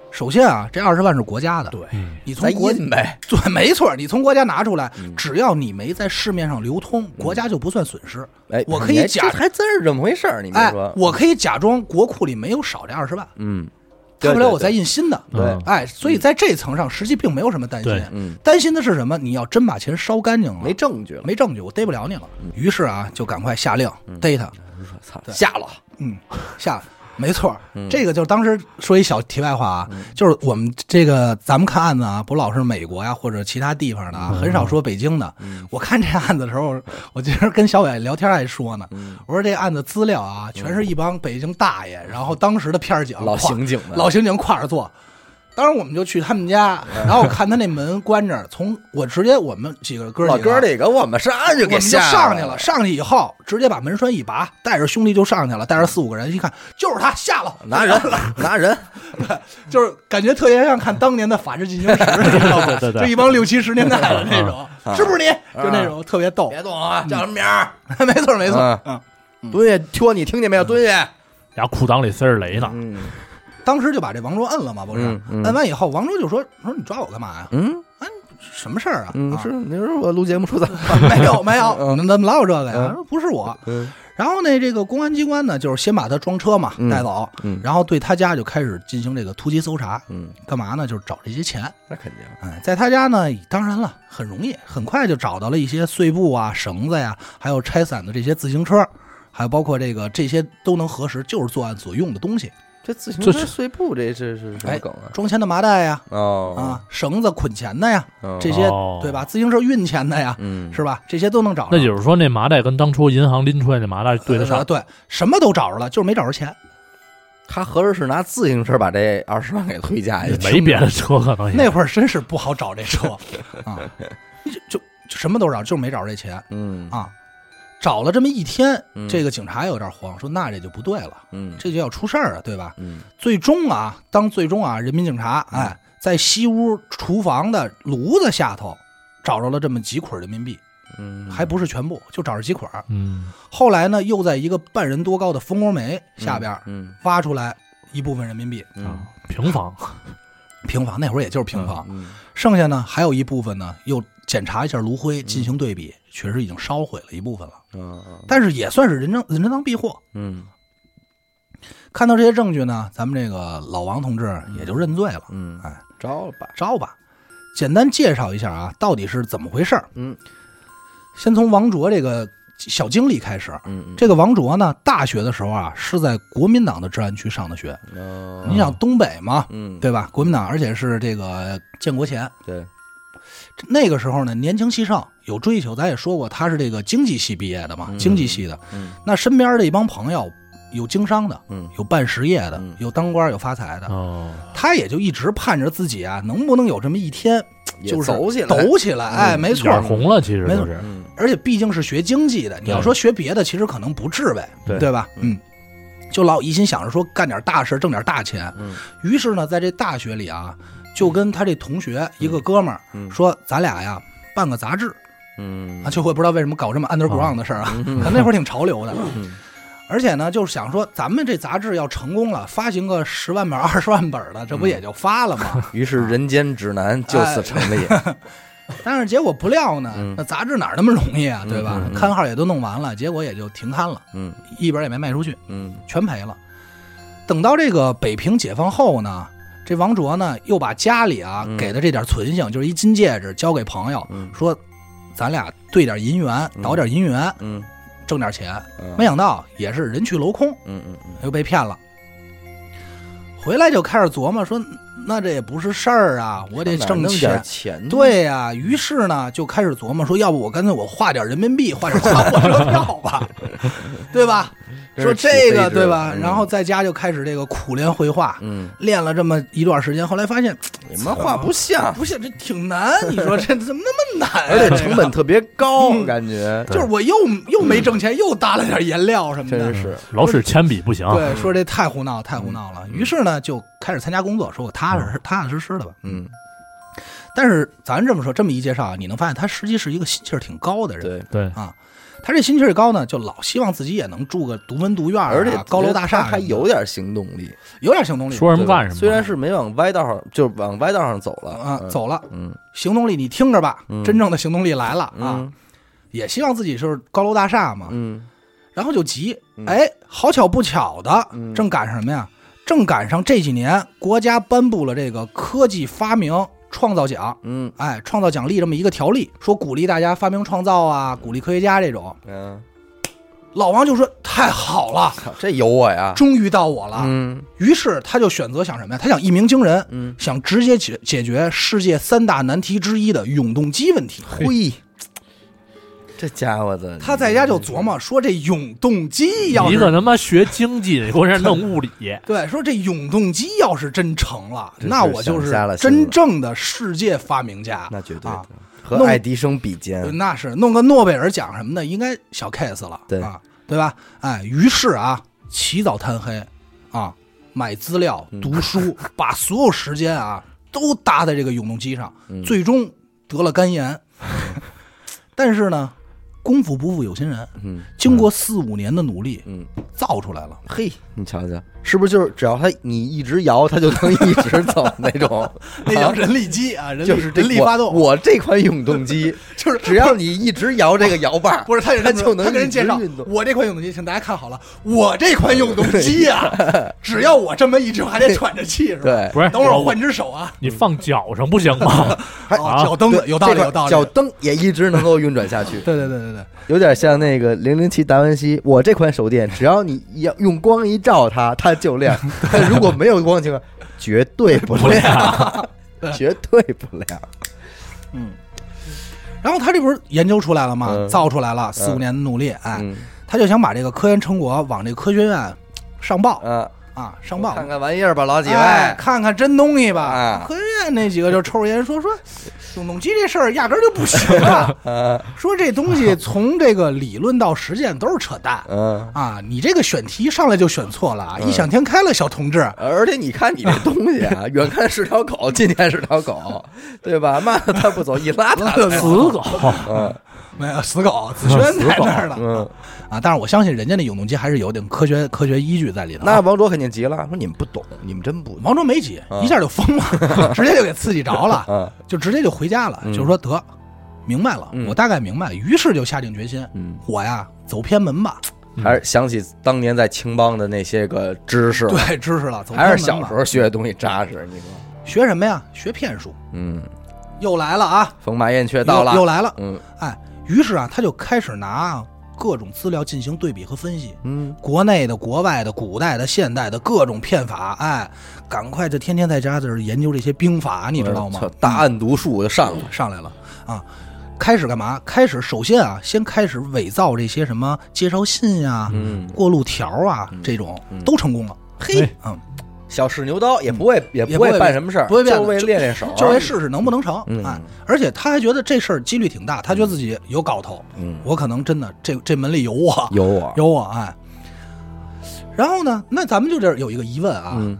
A: 首先啊，这二十万是国家的，
F: 对
B: 嗯
A: 你从
C: 咱
A: 国
C: 印呗，
A: *laughs* 对，没错，你从国家拿出来
C: 嗯，
A: 只要你没在市面上流通，国家就不算损失。
C: 哎，
A: 我可以
C: 你还
A: 假
C: 这还真是这么回事儿，你别
A: 哎
C: 说，，
A: 我可以假装国库里没有少这二十万，
C: 嗯，对
A: 大不了我
C: 对
A: 再印新的。
C: 对
B: 嗯
A: 哎，所以在这层上，实际并没有什么担心
B: 对。
C: 嗯，
A: 担心的是什么？你要真把钱烧干净了，
C: 没嗯证据了，
A: 没证据，我逮不了你了。于是啊，就赶快下令
C: 嗯
A: 逮他，
C: 操，
A: 对
C: 下了，
A: 嗯，下。没错，
C: 嗯
A: 这个就是当时说一小题外话啊，就是我们这个咱们看案子啊，不老是美国呀、或者其他地方的啊，
C: 嗯
A: 很少说北京的。我看这案子的时候，我今儿跟小伟聊天还说呢，
C: 嗯
A: 我说这案子资料啊，全是一帮北京大爷，然后当时的片儿警
C: 老
A: 挎
C: 刑警们
A: 老刑警挎着坐。当时我们就去他们
C: *laughs*
A: 家，然后我看他那门关着，从我直接我们几个啊哥
C: 老
A: 几个
C: 哥这个我们上去
A: 我
C: 给
A: 们就
C: 下
A: 上去了，，上去以后直接把门栓一拔，带着兄弟就上去了，带着四五个人，一看就是他下了，
C: 拿人拿人，
A: *laughs* 就是感觉特别像看当年的《法制进
C: *laughs*
A: 行时》，你知道吗？
B: 对对对
A: 就一帮六七十年代的那种，是不是你？就那种特别逗，
C: 啊别动啊，叫什么名儿？
A: *laughs* 没错没错
C: 嗯。
A: 嗯，
C: 蹲下，托你听见没有？蹲下，
B: 俩裤裆里塞着雷呢，
C: 嗯
A: 当时就把这王卓摁了嘛，不是
C: 嗯？嗯
A: 摁完以后，王卓就说：“说你抓我干嘛呀？
C: 嗯
A: 什么事儿啊？”
C: 嗯，
A: 啊
C: 是你说我录节目说的，
A: 没有没有，怎么老有这个呀？
C: 嗯
A: 说不是我。
C: 嗯
A: 然后呢，这个公安机关呢，就是先把他装车嘛
C: 嗯
A: 带走，
C: 嗯
A: 然后对他家就开始进行这个突击搜查，
C: 嗯，
A: 干嘛呢？就是找这些钱。
C: 那肯定，
A: 哎，在他家呢，当然了，很容易，很快就找到了一些碎布啊、绳子呀、还有拆散的这些自行车，还有包括这个这些都能核实，就是作案所用的东西，
C: 这自行
B: 这
C: 车
B: 是
C: 碎布这这是什么
A: 哎
C: 梗啊？
B: 嗯
A: 装钱的麻袋呀、啊，
C: 哦
A: 绳子捆钱的呀，
C: 哦
A: 这些、
B: 哦
A: 对吧？自行车运钱的呀，
C: 嗯
A: 是吧？这些都能找着。
B: 那就是说那麻袋跟当初银行拎出来那麻袋对得
A: 呃
B: 上，
A: 对，什么都找着了，就是没找着钱。
C: 他合着是拿自行车把这二十万给推下去，
B: 没别的车可
C: 哎
B: 能也
A: 嗯那会儿真是不好找这
C: *laughs*
A: 车啊，你就就就什么都找，就是没找着这钱
C: 嗯
A: 啊。找了这么一天，
C: 嗯
A: 这个警察有点慌，说那这就不对了，
C: 嗯
A: 这就要出事儿啊，对吧？
C: 嗯
A: 最终啊，当最终啊，人民警察哎，在西屋厨房的炉子下头找着了这么几捆人民币，
C: 嗯，
A: 还不是全部，就找着几捆儿。
B: 嗯，
A: 后来呢，又在一个半人多高的蜂窝煤下边儿
C: 嗯
A: 挖出来一部分人民币，
C: 嗯
B: 啊，平房，
A: 平房那会儿也就是平房，
C: 嗯
A: 剩下呢还有一部分呢，又检查一下炉灰进行对比，确实已经烧毁了一部分了，
C: 嗯
A: 但是也算是人赃人赃并获。
C: 嗯
A: 看到这些证据呢，咱们这个老王同志也就认罪了。
C: 嗯，招了吧，
A: 哎招吧。简单介绍一下啊，到底是怎么回事儿？
C: 嗯，
A: 先从王卓这个小经历开始。
C: 嗯
A: 这个王卓呢，大学的时候啊，是在国民党的治安区上的学。
C: 嗯，
A: 你想东北嘛，
C: 嗯
A: 对吧？国民党，而且是这个建国前，
C: 对，
A: 这那个时候呢，年轻气盛，有追求。咱也说过，他是这个经济系毕业的嘛，
C: 嗯
A: 经济系的。
C: 嗯
A: 那身边的一帮朋友，有经商的，
C: 嗯
A: 有办实业的
C: 嗯，
A: 有当官，有发财的。
B: 哦，
A: 他也就一直盼着自己啊，能不能有这么一天，
C: 也
A: 就是
C: 走起来
A: 抖起来，哎，没错
B: 眼。红了，其实
A: 没错
B: 就是，
C: 嗯
A: 而且毕竟是学经济的，你要说学别的，其实可能不至呗，
C: 对
A: 吧？
C: 嗯
A: 嗯，就老一心想着说干点大事，挣点大钱。
C: 嗯
A: 于是呢，在这大学里啊，就跟他这同学一个哥们儿
C: 嗯
A: 说，咱俩呀办个杂志
C: 嗯
A: 啊，就我不知道为什么搞这么 underground 的事儿啊，可能那会儿挺潮流的。
C: 嗯
A: 而且呢，就是想说，咱们这杂志要成功了，发行个十万本、二十万本儿 *laughs* 的，这
C: 嗯
A: 不也就发了吗？
C: 于
A: 啊
C: 是人间指南就
A: 哎
C: 此成
A: *laughs*
C: 立，
A: 但是结果不料呢，
C: 嗯
A: 那杂志哪儿那么容易啊，对吧？
C: 嗯嗯嗯
A: 刊号也都弄完了，结果也就停刊了，
C: 嗯
A: 一本也没卖出去，
C: 嗯
A: 全赔了。等到这个北平解放后呢，这王卓呢又把家里啊、
C: 嗯
A: 给的这点存性，就是一金戒指，交给朋友，
C: 嗯
A: 说咱俩兑点银元，
C: 嗯
A: 倒点银元，
C: 嗯，
A: 挣点钱。没
C: 有，
A: 想到也是人去楼空，
C: 嗯嗯
A: 又被骗了。回来就开始琢磨说，那这也不是事儿啊，我
C: 我
A: 得挣钱
C: 点。钱，，
A: 对呀、于是呢就开始琢磨说，要不我干脆我画点人民币，画点花火车票
C: *laughs*
A: 吧，对吧？
C: 真
A: 说
C: 是
A: 这
C: 起飞
A: 个
C: 之
A: 对
C: 了
A: 吧？
C: 嗯
A: 然后在家就开始这个苦练绘画，
C: 嗯，
A: 练了这么一段时间，后来发现哎
C: 你们话
A: 啊
C: 不像，
A: 不是这挺难，你说这怎么那么难、
C: 啊而且成本特别高，
A: 哎嗯
C: 感觉
A: 就是我又又没挣钱，又搭了点颜料什么的
C: 真。是，
B: 老使铅笔不行，
C: 啊
A: 对，说这太胡闹，太胡闹
C: 嗯
A: 了。于是呢，就开始参加工作，说我踏实踏踏实实的吧。
C: 嗯，
A: 但是咱这么说，这么一介绍啊，你能发现他实际是一个心气儿挺高的人。
C: 对，
B: 对，
A: 啊，他这心气儿高呢，就老希望自己也能住个独门独院儿啊、
C: 而且
A: 高楼大厦
C: 他还
A: 什么的
C: 有点行动力，
A: 有点行动力，
B: 说什么干什么。
C: 虽然是没往歪道上，就是往歪道上走了
A: 啊、
C: 嗯
A: 走了，
C: 嗯
A: 行动力你听着吧，
C: 嗯
A: 真正的行动力来了啊，
C: 嗯
A: 也希望自己是高楼大厦嘛，
C: 嗯
A: 然后就急
C: 嗯，
A: 哎，好巧不巧的，
C: 嗯
A: 正赶上什么呀？正赶上这几年国家颁布了这个科技发明创造奖，
C: 嗯
A: 哎，创造奖励这么一个条例，说鼓励大家发明创造啊，鼓励科学家这种。
C: 嗯，
A: 老王就说太好了，
C: 操这有我呀，
A: 终于到我了。
C: 嗯
A: 于是他就选择想什么呀？他想一鸣惊人，
C: 嗯，
A: 想直接解解决世界三大难题之一的永动机问题。
C: 嘿，这家伙的，
A: 他在家就琢磨说这永动机要
B: 一
A: 是
B: 个他妈学经济的，给我这儿弄物理，
A: 对，说这永动机要是真成了，
C: 这
A: 那
C: 是
A: 我就
C: 想
A: 是
C: 瞎了心
A: 真
C: 了
A: 正的世界发明家，
C: 那绝对
A: 啊
C: 的，和
A: 弄
C: 爱迪生比肩
A: 呃，那是弄个诺贝尔奖什么的，应该小 case 了，
C: 对
A: 啊，对吧？哎，于是啊，起早贪黑啊，买资料、
C: 嗯
A: 读书，把所有时间啊都搭在这个永动机上，
C: 嗯
A: 最终得了肝
C: *laughs*
A: 炎。但是呢，功夫不负有心人，
C: 嗯
A: 经过四五年的努力，
C: 嗯，
A: 造出来了。
C: 嘿，你瞧瞧，是不是就是只要他你一直摇，他就能一直
A: *laughs*
C: 走那种？
A: 那叫
C: 啊
A: 人力机啊，人力
C: *laughs* 就是这
A: 人力
C: 我
A: 发动，
C: 我这款永动机
A: *laughs* 就是
C: 只要你一直摇这个摇把 *laughs* 儿，
A: 不是，他也
C: 他
A: 这么
C: 就
A: 说
C: 能
A: 他跟人
C: 一直
A: 介绍
C: 运动，
A: 我这款永动机，请大家看好了，我这款永动机啊，
C: *laughs*
A: 只要我这么一直还得喘着气，是吧？
C: 对，
B: 不是
A: 等会儿
B: 我
A: 我换只手啊，
B: 你放脚上不行吗？啊
A: 哦，脚蹬子
C: 对
A: 有道理，
C: 这
A: 有道
C: 款
A: 理，，
C: 脚蹬也一直能够运转下去
A: 对对对对对，
C: 有点像那个零零七达文西。我这款手电，只要你一用光一照它，它就 *laughs* 亮；但如果没有光的情况，绝对不亮， *laughs* 绝对不亮。
A: 然后他这不是研究出来了吗？
C: 嗯
A: 造出来了，四五年的努力，哎，
C: 嗯
A: 他就想把这个科研成果往这科学院上报
C: 啊，
A: 啊，上报。
C: 看看玩意儿吧，老几位。
A: 哎，看看真东西吧。
C: 啊
A: 科学院那几个就抽着烟说说，永动机这事儿压根儿就不行
C: *laughs*
A: 啊。
C: 啊
A: 说这东西从这个理论到实践都是扯淡。
C: 嗯，
A: 啊，你这个选题上来就选错了，啊！异想天开了，小同志。
C: 而且你看你这东西啊，远看是条狗，近看是条狗，对吧？骂它它不走，一拉它就走。
B: 死狗，
C: 嗯
A: 没有死狗，子
C: *laughs*
A: 轩在那儿呢
C: 嗯，
A: 啊！但是我相信人家那永动机还是有点科学科学依据在里头啊。
C: 那王卓肯定急了，说你们不懂，你们真不懂。
A: 王卓没急，
C: 啊
A: 一下就疯
C: *laughs*
A: 了，直接就给刺激着了，
C: 嗯
A: 就直接就回家了，
C: 嗯
A: 就说得明白了
C: 嗯，
A: 我大概明白了，于是就下定决心，
C: 嗯，
A: 我呀走偏门吧，
C: 还是想起当年在青帮的那些个知识，
A: 对，知识了，走偏
C: 还
A: 门
C: 是
A: 吧
C: 小时候学的东西扎实。你说，
A: 学什么呀？学骗术，
C: 嗯，
A: 又来了啊，
C: 风马燕雀
A: 又
C: 到了，
A: 又来了，
C: 嗯
A: 哎，于是啊，他就开始拿各种资料进行对比和分析，
C: 嗯
A: 国内的、国外的、古代的、现代的各种骗法，哎，赶快就天天在家就是研究这些兵法，你知道吗
C: 操？呃大案读书就上了，
A: 上来了啊！开始干嘛？开始首先啊，先开始伪造这些什么介绍信呀、
C: 嗯
A: 过路条啊这种，都成功了。
C: 嘿，
A: 嗯，
C: 小试牛刀也不会
A: 也
C: 也不
A: 不
C: 会
A: 会
C: 办什么事儿，
A: 不会变
C: 就为
A: 就
C: 练练手，啊
A: 就为试试能不能成。
C: 嗯
A: 哎，而且他还觉得这事儿几率挺大，他觉得自己有搞头，
C: 嗯
A: 我可能真的这这门里有我，
C: 有我，
A: 有我哎。然后呢，那咱们就这儿有一个疑问啊，
C: 嗯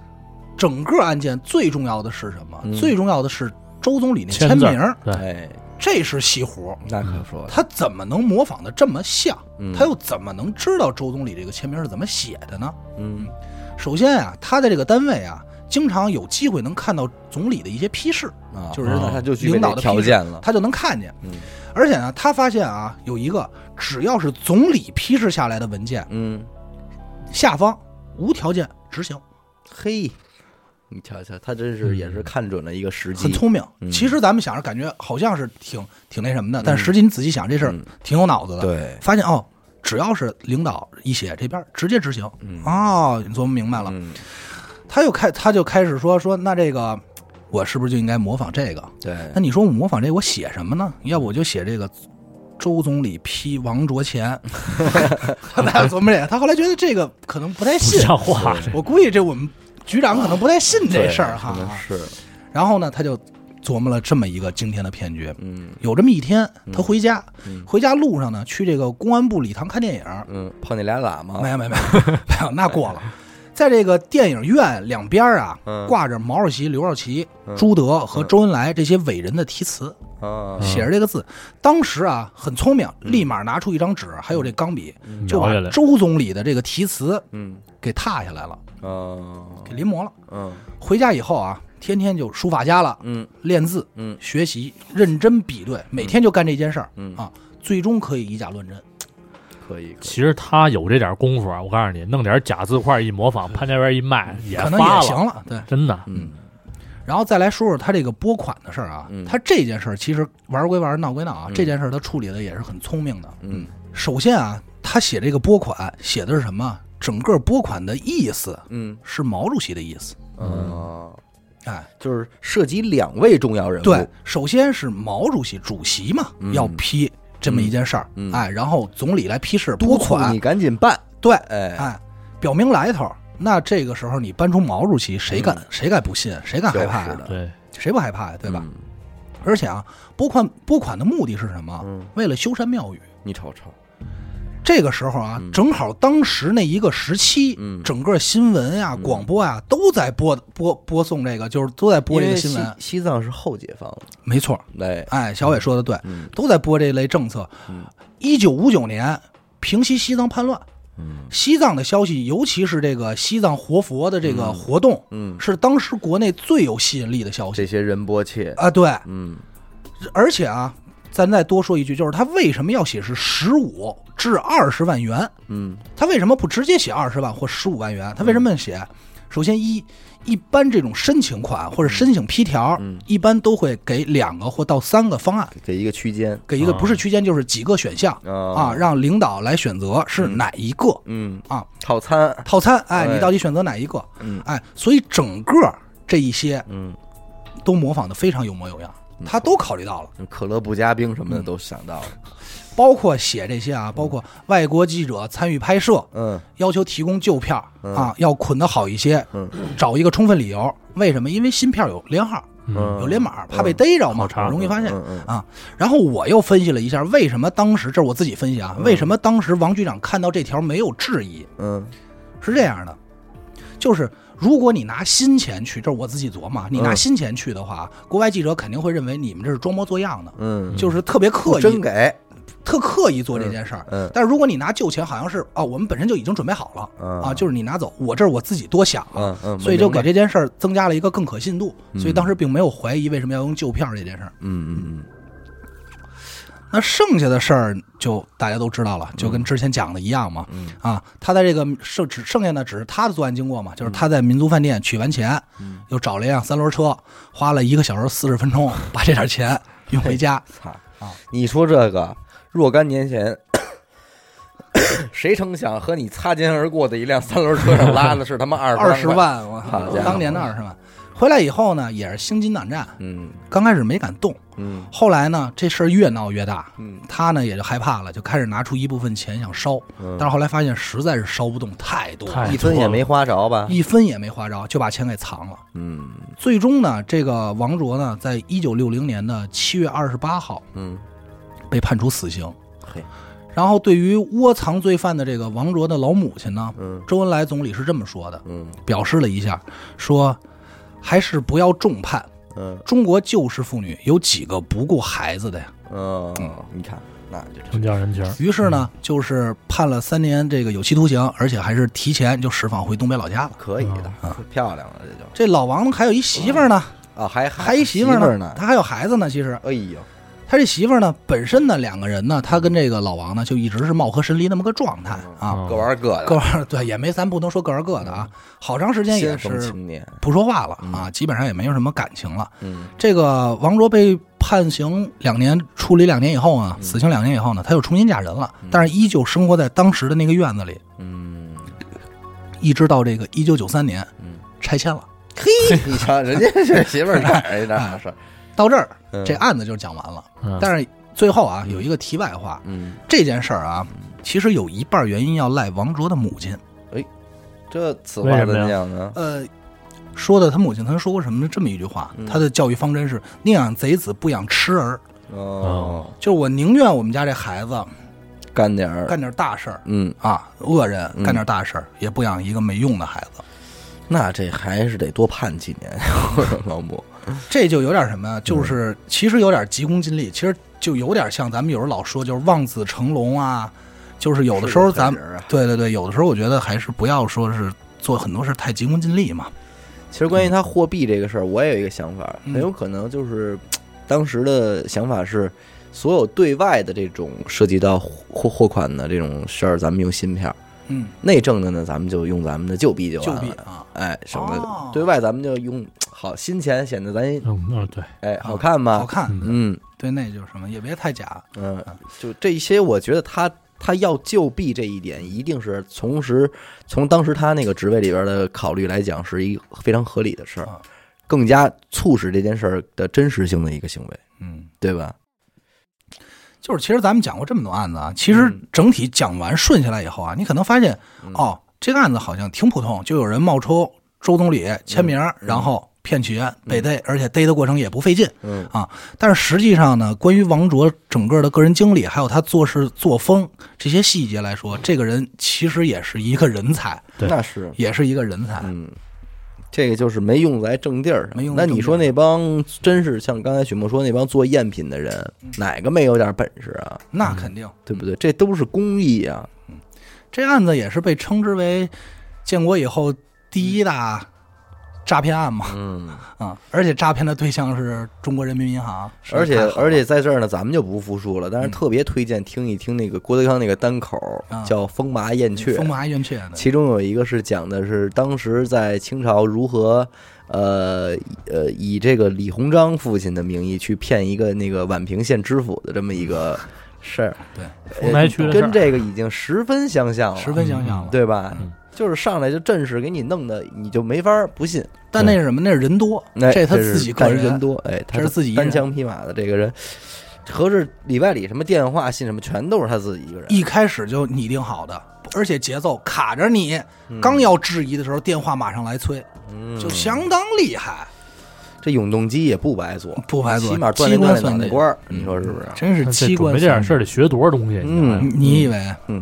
A: 整个案件最重要的是什么？
C: 嗯
A: 最重要的是周总理那
B: 签
A: 签
B: 字
A: 名
B: 儿
A: 儿，
B: 对，
C: 哎，
A: 这是西湖，
C: 那可说了，
A: 他怎么能模仿的这么像？
C: 嗯
A: 他又怎么能知道周总理这个签名是怎么写的呢？
C: 嗯
A: 首先啊，他在这个单位啊，经常有机会能看到总理的一些批示，
C: 啊，
A: 就是
B: 哦
A: 他
C: 他就具备
A: 领导
C: 这
A: 的
C: 条
A: 批示
C: 件了，
A: 他就能看见。
C: 嗯
A: 而且呢，他发现啊，有一个只要是总理批示下来的文件，
C: 嗯，
A: 下方无条件执行。
C: 嘿，你瞧瞧，他真是也是看准了一个时
A: 嗯
C: 机，
A: 很聪明。
C: 嗯
A: 其实咱们想着感觉好像是挺挺那什么的，但实际你仔细想这事儿
C: 嗯
A: 挺有脑子的。，
C: 对，
A: 发现哦，只要是领导一写这边儿直接执行。
C: 嗯
A: 哦，你琢磨明白了。
C: 嗯，
A: 他又开他就开始说说那这个我是不是就应该模仿这个？
C: 对，
A: 那你说我模仿这个我写什么呢？要不我就写这个。周总理批王卓前， *laughs* 他大家琢磨这个，他后来觉得这个可能不太
B: 不
A: 信，
B: 像话，这
A: 我估计这我们局长可能不太信这事儿哈。
C: 可能是，
A: 然后呢，他就琢磨了这么一个惊天的骗局。
C: 嗯
A: 有这么一天，他回家，
C: 嗯
A: 回家路上呢，去这个公安部礼堂看电影，
C: 嗯，碰见俩喇嘛
A: 没，有没有没有没有，那过了。在这个电影院两边啊，
C: 嗯
A: 挂着毛主席、刘少奇、
C: 嗯
A: 朱德和周恩来这些伟人的题词。
C: 啊，
A: 写着这个字。当时啊，很聪明，立马拿出一张纸，还有这钢笔，就把
B: 描下来
A: 周总理的这个题词
C: 嗯
A: 给拓下来了，
C: 啊，
A: 给临摹了。
C: 嗯
A: 回家以后啊，天天就书法家了，
C: 嗯
A: 练字，
C: 嗯，
A: 学习，认真比对，每天就干这件事儿，
C: 嗯
A: 啊，最终可以以假乱真。
C: 可以，可以
B: 其实他有这点功夫啊，我告诉你，弄点假字块一模仿，潘家园一卖也
A: 可能
B: 发
A: 也
B: 了，
A: 行了，对。
B: 真的。
C: 嗯
A: 然后再来说说他这个拨款的事儿啊，
C: 嗯
A: 他这件事儿其实玩归玩，闹归闹啊，
C: 嗯
A: 这件事儿他处理的也是很聪明的。
C: 嗯
A: 首先啊，他写这个拨款写的是什么？整个拨款的意思
C: 嗯
A: 是毛主席的意思，
C: 啊，
A: 哎，
C: 就是涉及两位重要人物，
A: 对，首先是毛主席主席嘛，
C: 嗯
A: 要批这么一件事儿，
C: 嗯嗯
A: 哎，然后总理来批示拨
C: 督促
A: 款
C: 你，赶紧办，
A: 对，
C: 哎，
A: 哎，表明来头。那这个时候你搬出毛主席，谁敢、
C: 嗯
A: 谁敢不信？谁敢害怕
C: 就
A: 呀
C: 是、的
B: 对，
A: 谁不害怕呀、对吧？
C: 嗯？
A: 而且啊，拨款拨款的目的是什么？
C: 嗯
A: 为了修缮庙宇。
C: 你瞅瞅，
A: 这个时候啊，
C: 嗯
A: 正好当时那一个时期，
C: 嗯
A: 整个新闻呀、广播啊都在播播播送这个，就是都在播这
C: 因
A: 个
C: 为
A: 新闻
C: 西。西藏是后解放的，
A: 没错，
C: 啊哎，
A: 哎，小伟说的对，
C: 嗯
A: 都在播这类政策
C: 嗯。
A: 一九五九年，平息西藏叛乱。
C: 嗯
A: 西藏的消息，尤其是这个西藏活佛的这个活动，
C: 嗯，
A: 是当时国内最有吸引力的消息
C: 这些仁波切，
A: 啊！对，
C: 嗯
A: 而且啊，咱再多说一句，就是他为什么要写是十五至二十万元？
C: 嗯
A: 他为什么不直接写二十万或十五万元？他为什么写？首先一，一般这种申请款或者申请批条，
C: 嗯
A: 一般都会给两个或到三个方案，
C: 给一个区间
A: 给一个
B: 啊
A: 不是区间就是几个选项
C: 啊
A: 啊，让领导来选择是哪一个
C: 嗯
A: 啊
C: 套餐，
A: 套餐。哎，
C: 哎
A: 你到底选择哪一个？
C: 嗯
A: 哎，所以整个这一些
C: 嗯，
A: 都模仿的非常有模有样，他都考虑到了。
C: 可乐不加冰什么的都想到了，
A: 包括写这些啊，包括外国记者参与拍摄，
C: 嗯
A: 要求提供旧票啊，要捆得好一些，
C: 嗯
A: 找一个充分理由。为什么？因为新票有连号，
B: 嗯，
A: 有连码，怕被逮着嘛
B: 好，查
A: 容易发现
C: 嗯嗯
A: 啊。然后我又分析了一下，为什么当时这是我自己分析啊？为什么当时王局长看到这条没有质疑？
C: 嗯
A: 是这样的，就是如果你拿新钱去，这是我自己琢磨啊，你拿
C: 嗯
A: 新钱去的话，国外记者肯定会认为你们这是装模作样的，
C: 嗯，
A: 就是特别刻
C: 不
A: 意，
C: 真给，
A: 特刻意做这件事儿。
C: 嗯
A: 但是如果你拿旧钱，好像是啊，我们本身就已经准备好了、
C: 嗯
A: 啊，就是你拿走，我这是我自己多想了，
C: 嗯嗯，
A: 所以就
C: 明白
A: 给这件事儿增加了一个更可信度。
C: 嗯
A: 所以当时并没有怀疑为什么要用旧票这件事儿。
C: 嗯嗯
A: 那剩下的事儿就大家都知道了，就跟之前讲的一样嘛。
C: 嗯
A: 啊，他在这个剩只剩下的只是他的作案经过
C: 嗯
A: 嘛，就是他在民族饭店取完钱，又找了一辆三轮车，花了一个小时四十分钟把这点钱运回家。
C: 操你说这个若干年前，谁成想和你擦肩而过的一辆三轮车上拉的是他妈二
A: 二
C: 十
A: 十，万，我
C: 好家伙
A: 当年的二十万。回来以后呢，也是心惊胆战，
C: 嗯
A: 刚开始没敢动，
C: 嗯
A: 后来呢，这事儿越闹越大，
C: 嗯
A: 他呢也就害怕了，就开始拿出一部分钱想烧，但是后来发现实在是烧不动，太多了
B: 太
C: 嗯一分也没花着吧？
A: 一分也没花着，就把钱给藏了。
C: 嗯
A: 最终呢，这个王卓呢，在一九六零年的七月二十八号
C: 嗯，
A: 被判处死刑。
C: 嘿，
A: 然后，对于窝藏罪犯的这个王卓的老母亲呢，
C: 嗯
A: 周恩来总理是这么说的，
C: 嗯
A: 表示了一下，说还是不要重判，
C: 嗯
A: 中国旧式妇女有几个不顾孩子的呀？
C: 嗯，你看，那就
B: 挺叫人情儿。
A: 于是呢，就是判了三年这个有期徒刑，而且还是提前就释放回东北老家了。
C: 可以的，
A: 啊
C: 漂亮了，这就
A: 这老王还有一媳妇儿呢，
C: 啊，还
A: 还一
C: 一
A: 媳妇
C: 妇
A: 儿呢，
C: 呢，
A: 他还有孩子呢。其实
C: 哎呦，
A: 他这媳妇儿呢，本身呢，两个人呢，他跟这个老王呢，就一直是貌合神离那么个状态啊。
B: 嗯
C: 各玩各的，
A: 各玩儿对也没，咱不能说各玩儿各的啊。好长时间也
C: 先锋
A: 是
C: 青年，
A: 不说话了啊，基本上也没有什么感情了。
C: 嗯
A: 这个王卓被判刑两年，处理两年以后啊，
C: 嗯
A: 死刑两年以后呢，他又重新嫁人了，但是依旧生活在当时的那个院子里， *laughs*
C: 嗯
A: 一直到这个一九九三年
C: 嗯，
A: 拆迁了。
C: 嘿，
A: 哎
C: 你瞧人家这媳妇儿哪儿哪好事儿，
A: 到这儿，
C: 嗯
A: 这案子就讲完了。
B: 嗯，
A: 但是最后啊，有一个题外话，
C: 嗯，
A: 这件事儿啊，其实有一半原因要赖王卓的母亲。
C: 这此
B: 为
C: 话
B: 什
C: 怎
B: 么呀
C: 讲呢？
A: 呃，说的他母亲曾说过什么呢？这么一句话，
C: 嗯
A: 他的教育方针是宁养贼子，不养痴儿。
C: 哦，
A: 就是我宁愿我们家这孩子
C: 干点儿，
A: 干点大事儿
C: 嗯，
A: 啊，恶人
C: 嗯
A: 干点大事儿，也不养一个没用的孩子。
C: 那这还是得多判几年， *laughs* 老母。
A: 这就有点什么呀？就是其实有点急功近利，其实就有点像咱们有时候老说，就是望子成龙啊，就是有的时候咱们
C: 是有狠人啊
A: 对对对，有的时候我觉得还是不要说是做很多事太急功近利嘛。
C: 其实关于他货币这个事儿，我也有一个想法，
A: 嗯
C: 很有可能就是当时的想法是，所有对外的这种涉及到货货款的这种事儿，咱们用新票；
A: 嗯，
C: 内政的呢，咱们就用咱们的旧币就
A: 旧
C: 完
A: 币
C: 了。
A: 啊，
C: 哎，省得
A: 哦
C: 对外咱们就用好新钱，显得咱
B: 嗯嗯，对，
C: 哎好看
A: 好
C: 嘛。
A: 看，
B: 嗯
C: 嗯
A: 对，那就是什么也别太假。
C: 嗯，就这些，我觉得他他要旧币这一点，一定是从时从当时他那个职位里边的考虑来讲，是一个非常合理的事儿
A: 啊，
C: 更加促使这件事儿的真实性的一个行为，
A: 嗯，
C: 对吧？
A: 就是其实咱们讲过这么多案子啊，其实
C: 嗯
A: 整体讲完顺下来以后啊，你可能发现哦，这个案子好像挺普通，就有人冒充周总理签
C: 嗯
A: 名，然后骗取被逮，而且逮的过程也不费劲。
C: 嗯
A: 但是实际上呢，关于王卓整个的个人经历，还有他做事作风这些细节来说，这个人其实也是一个人才，
B: 对
C: 那是，
A: 也是一个人才。
C: 嗯，这个就是没用在正地儿上。
A: 啊没用在
C: 那
A: 正地儿
C: 你说那帮真是像刚才许墨说那帮做赝品的人，
A: 嗯
C: 哪个没有点本事啊？
A: 那肯定，
C: 对不对？这都是公益啊！
A: 这案子也是被称之为建国以后第一大诈骗案嘛。
C: 嗯，
A: *laughs* 啊，而且诈骗的对象是中国人民银行，实在
C: 而且
A: 太狠了
C: 而且在这儿呢，咱们就不复述了，但是
A: 嗯
C: 特别推荐听一听那个郭德纲那个单口
A: 啊，
C: 叫《风麻燕雀
A: 风》，麻怨雀的，
C: 其中有一个是讲的是当时在清朝如何。呃呃，以这个李鸿章父亲的名义去骗一个那个宛平县知府的这么一个事儿，
A: 对，
B: 红台区的事儿
C: 跟这个已经十分相像了，
A: 十分相像了。
C: 对吧
B: 嗯？
C: 就是上来就阵势给你弄的，你就没法儿不信。
A: 但那是什么？那是人多，
C: 哎
A: 这是他
C: 这是
A: 自己个
C: 但是
A: 人啊
C: 人多，哎，他
A: 这是自己一人
C: 单枪匹马的这个人，合着里外里什么电话信什么，全都是他自己一个人。
A: 一开始就拟定好的，而且节奏卡着你，刚要质疑的时候，电话马上来催，
C: 嗯
A: 就相当厉害，
C: 这永动机也不白做，
A: 不白做
C: 起码
A: 机
C: 锻炼
A: 关
C: 锻炼
A: 算
C: 脑袋
A: 计
C: 瓜儿，你说是不是？
A: 真是
B: 那这
A: 机
B: 嗯准
A: 关
B: 备这点事儿得学多少东西？
C: 嗯
A: 你你以为？
C: 嗯，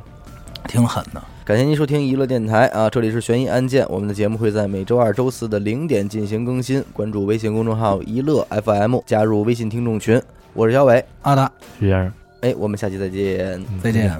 A: 挺狠的。
C: 感谢您收听娱乐电台啊，这里是悬疑案件，我们的节目会在每周二、周四的零点进行更新，关注微信公众号“一乐 FM”，加入微信听众群，我是小伟，
A: 阿达，
B: 徐先生，
C: 哎，我们下期再见。
B: 嗯
A: 再见。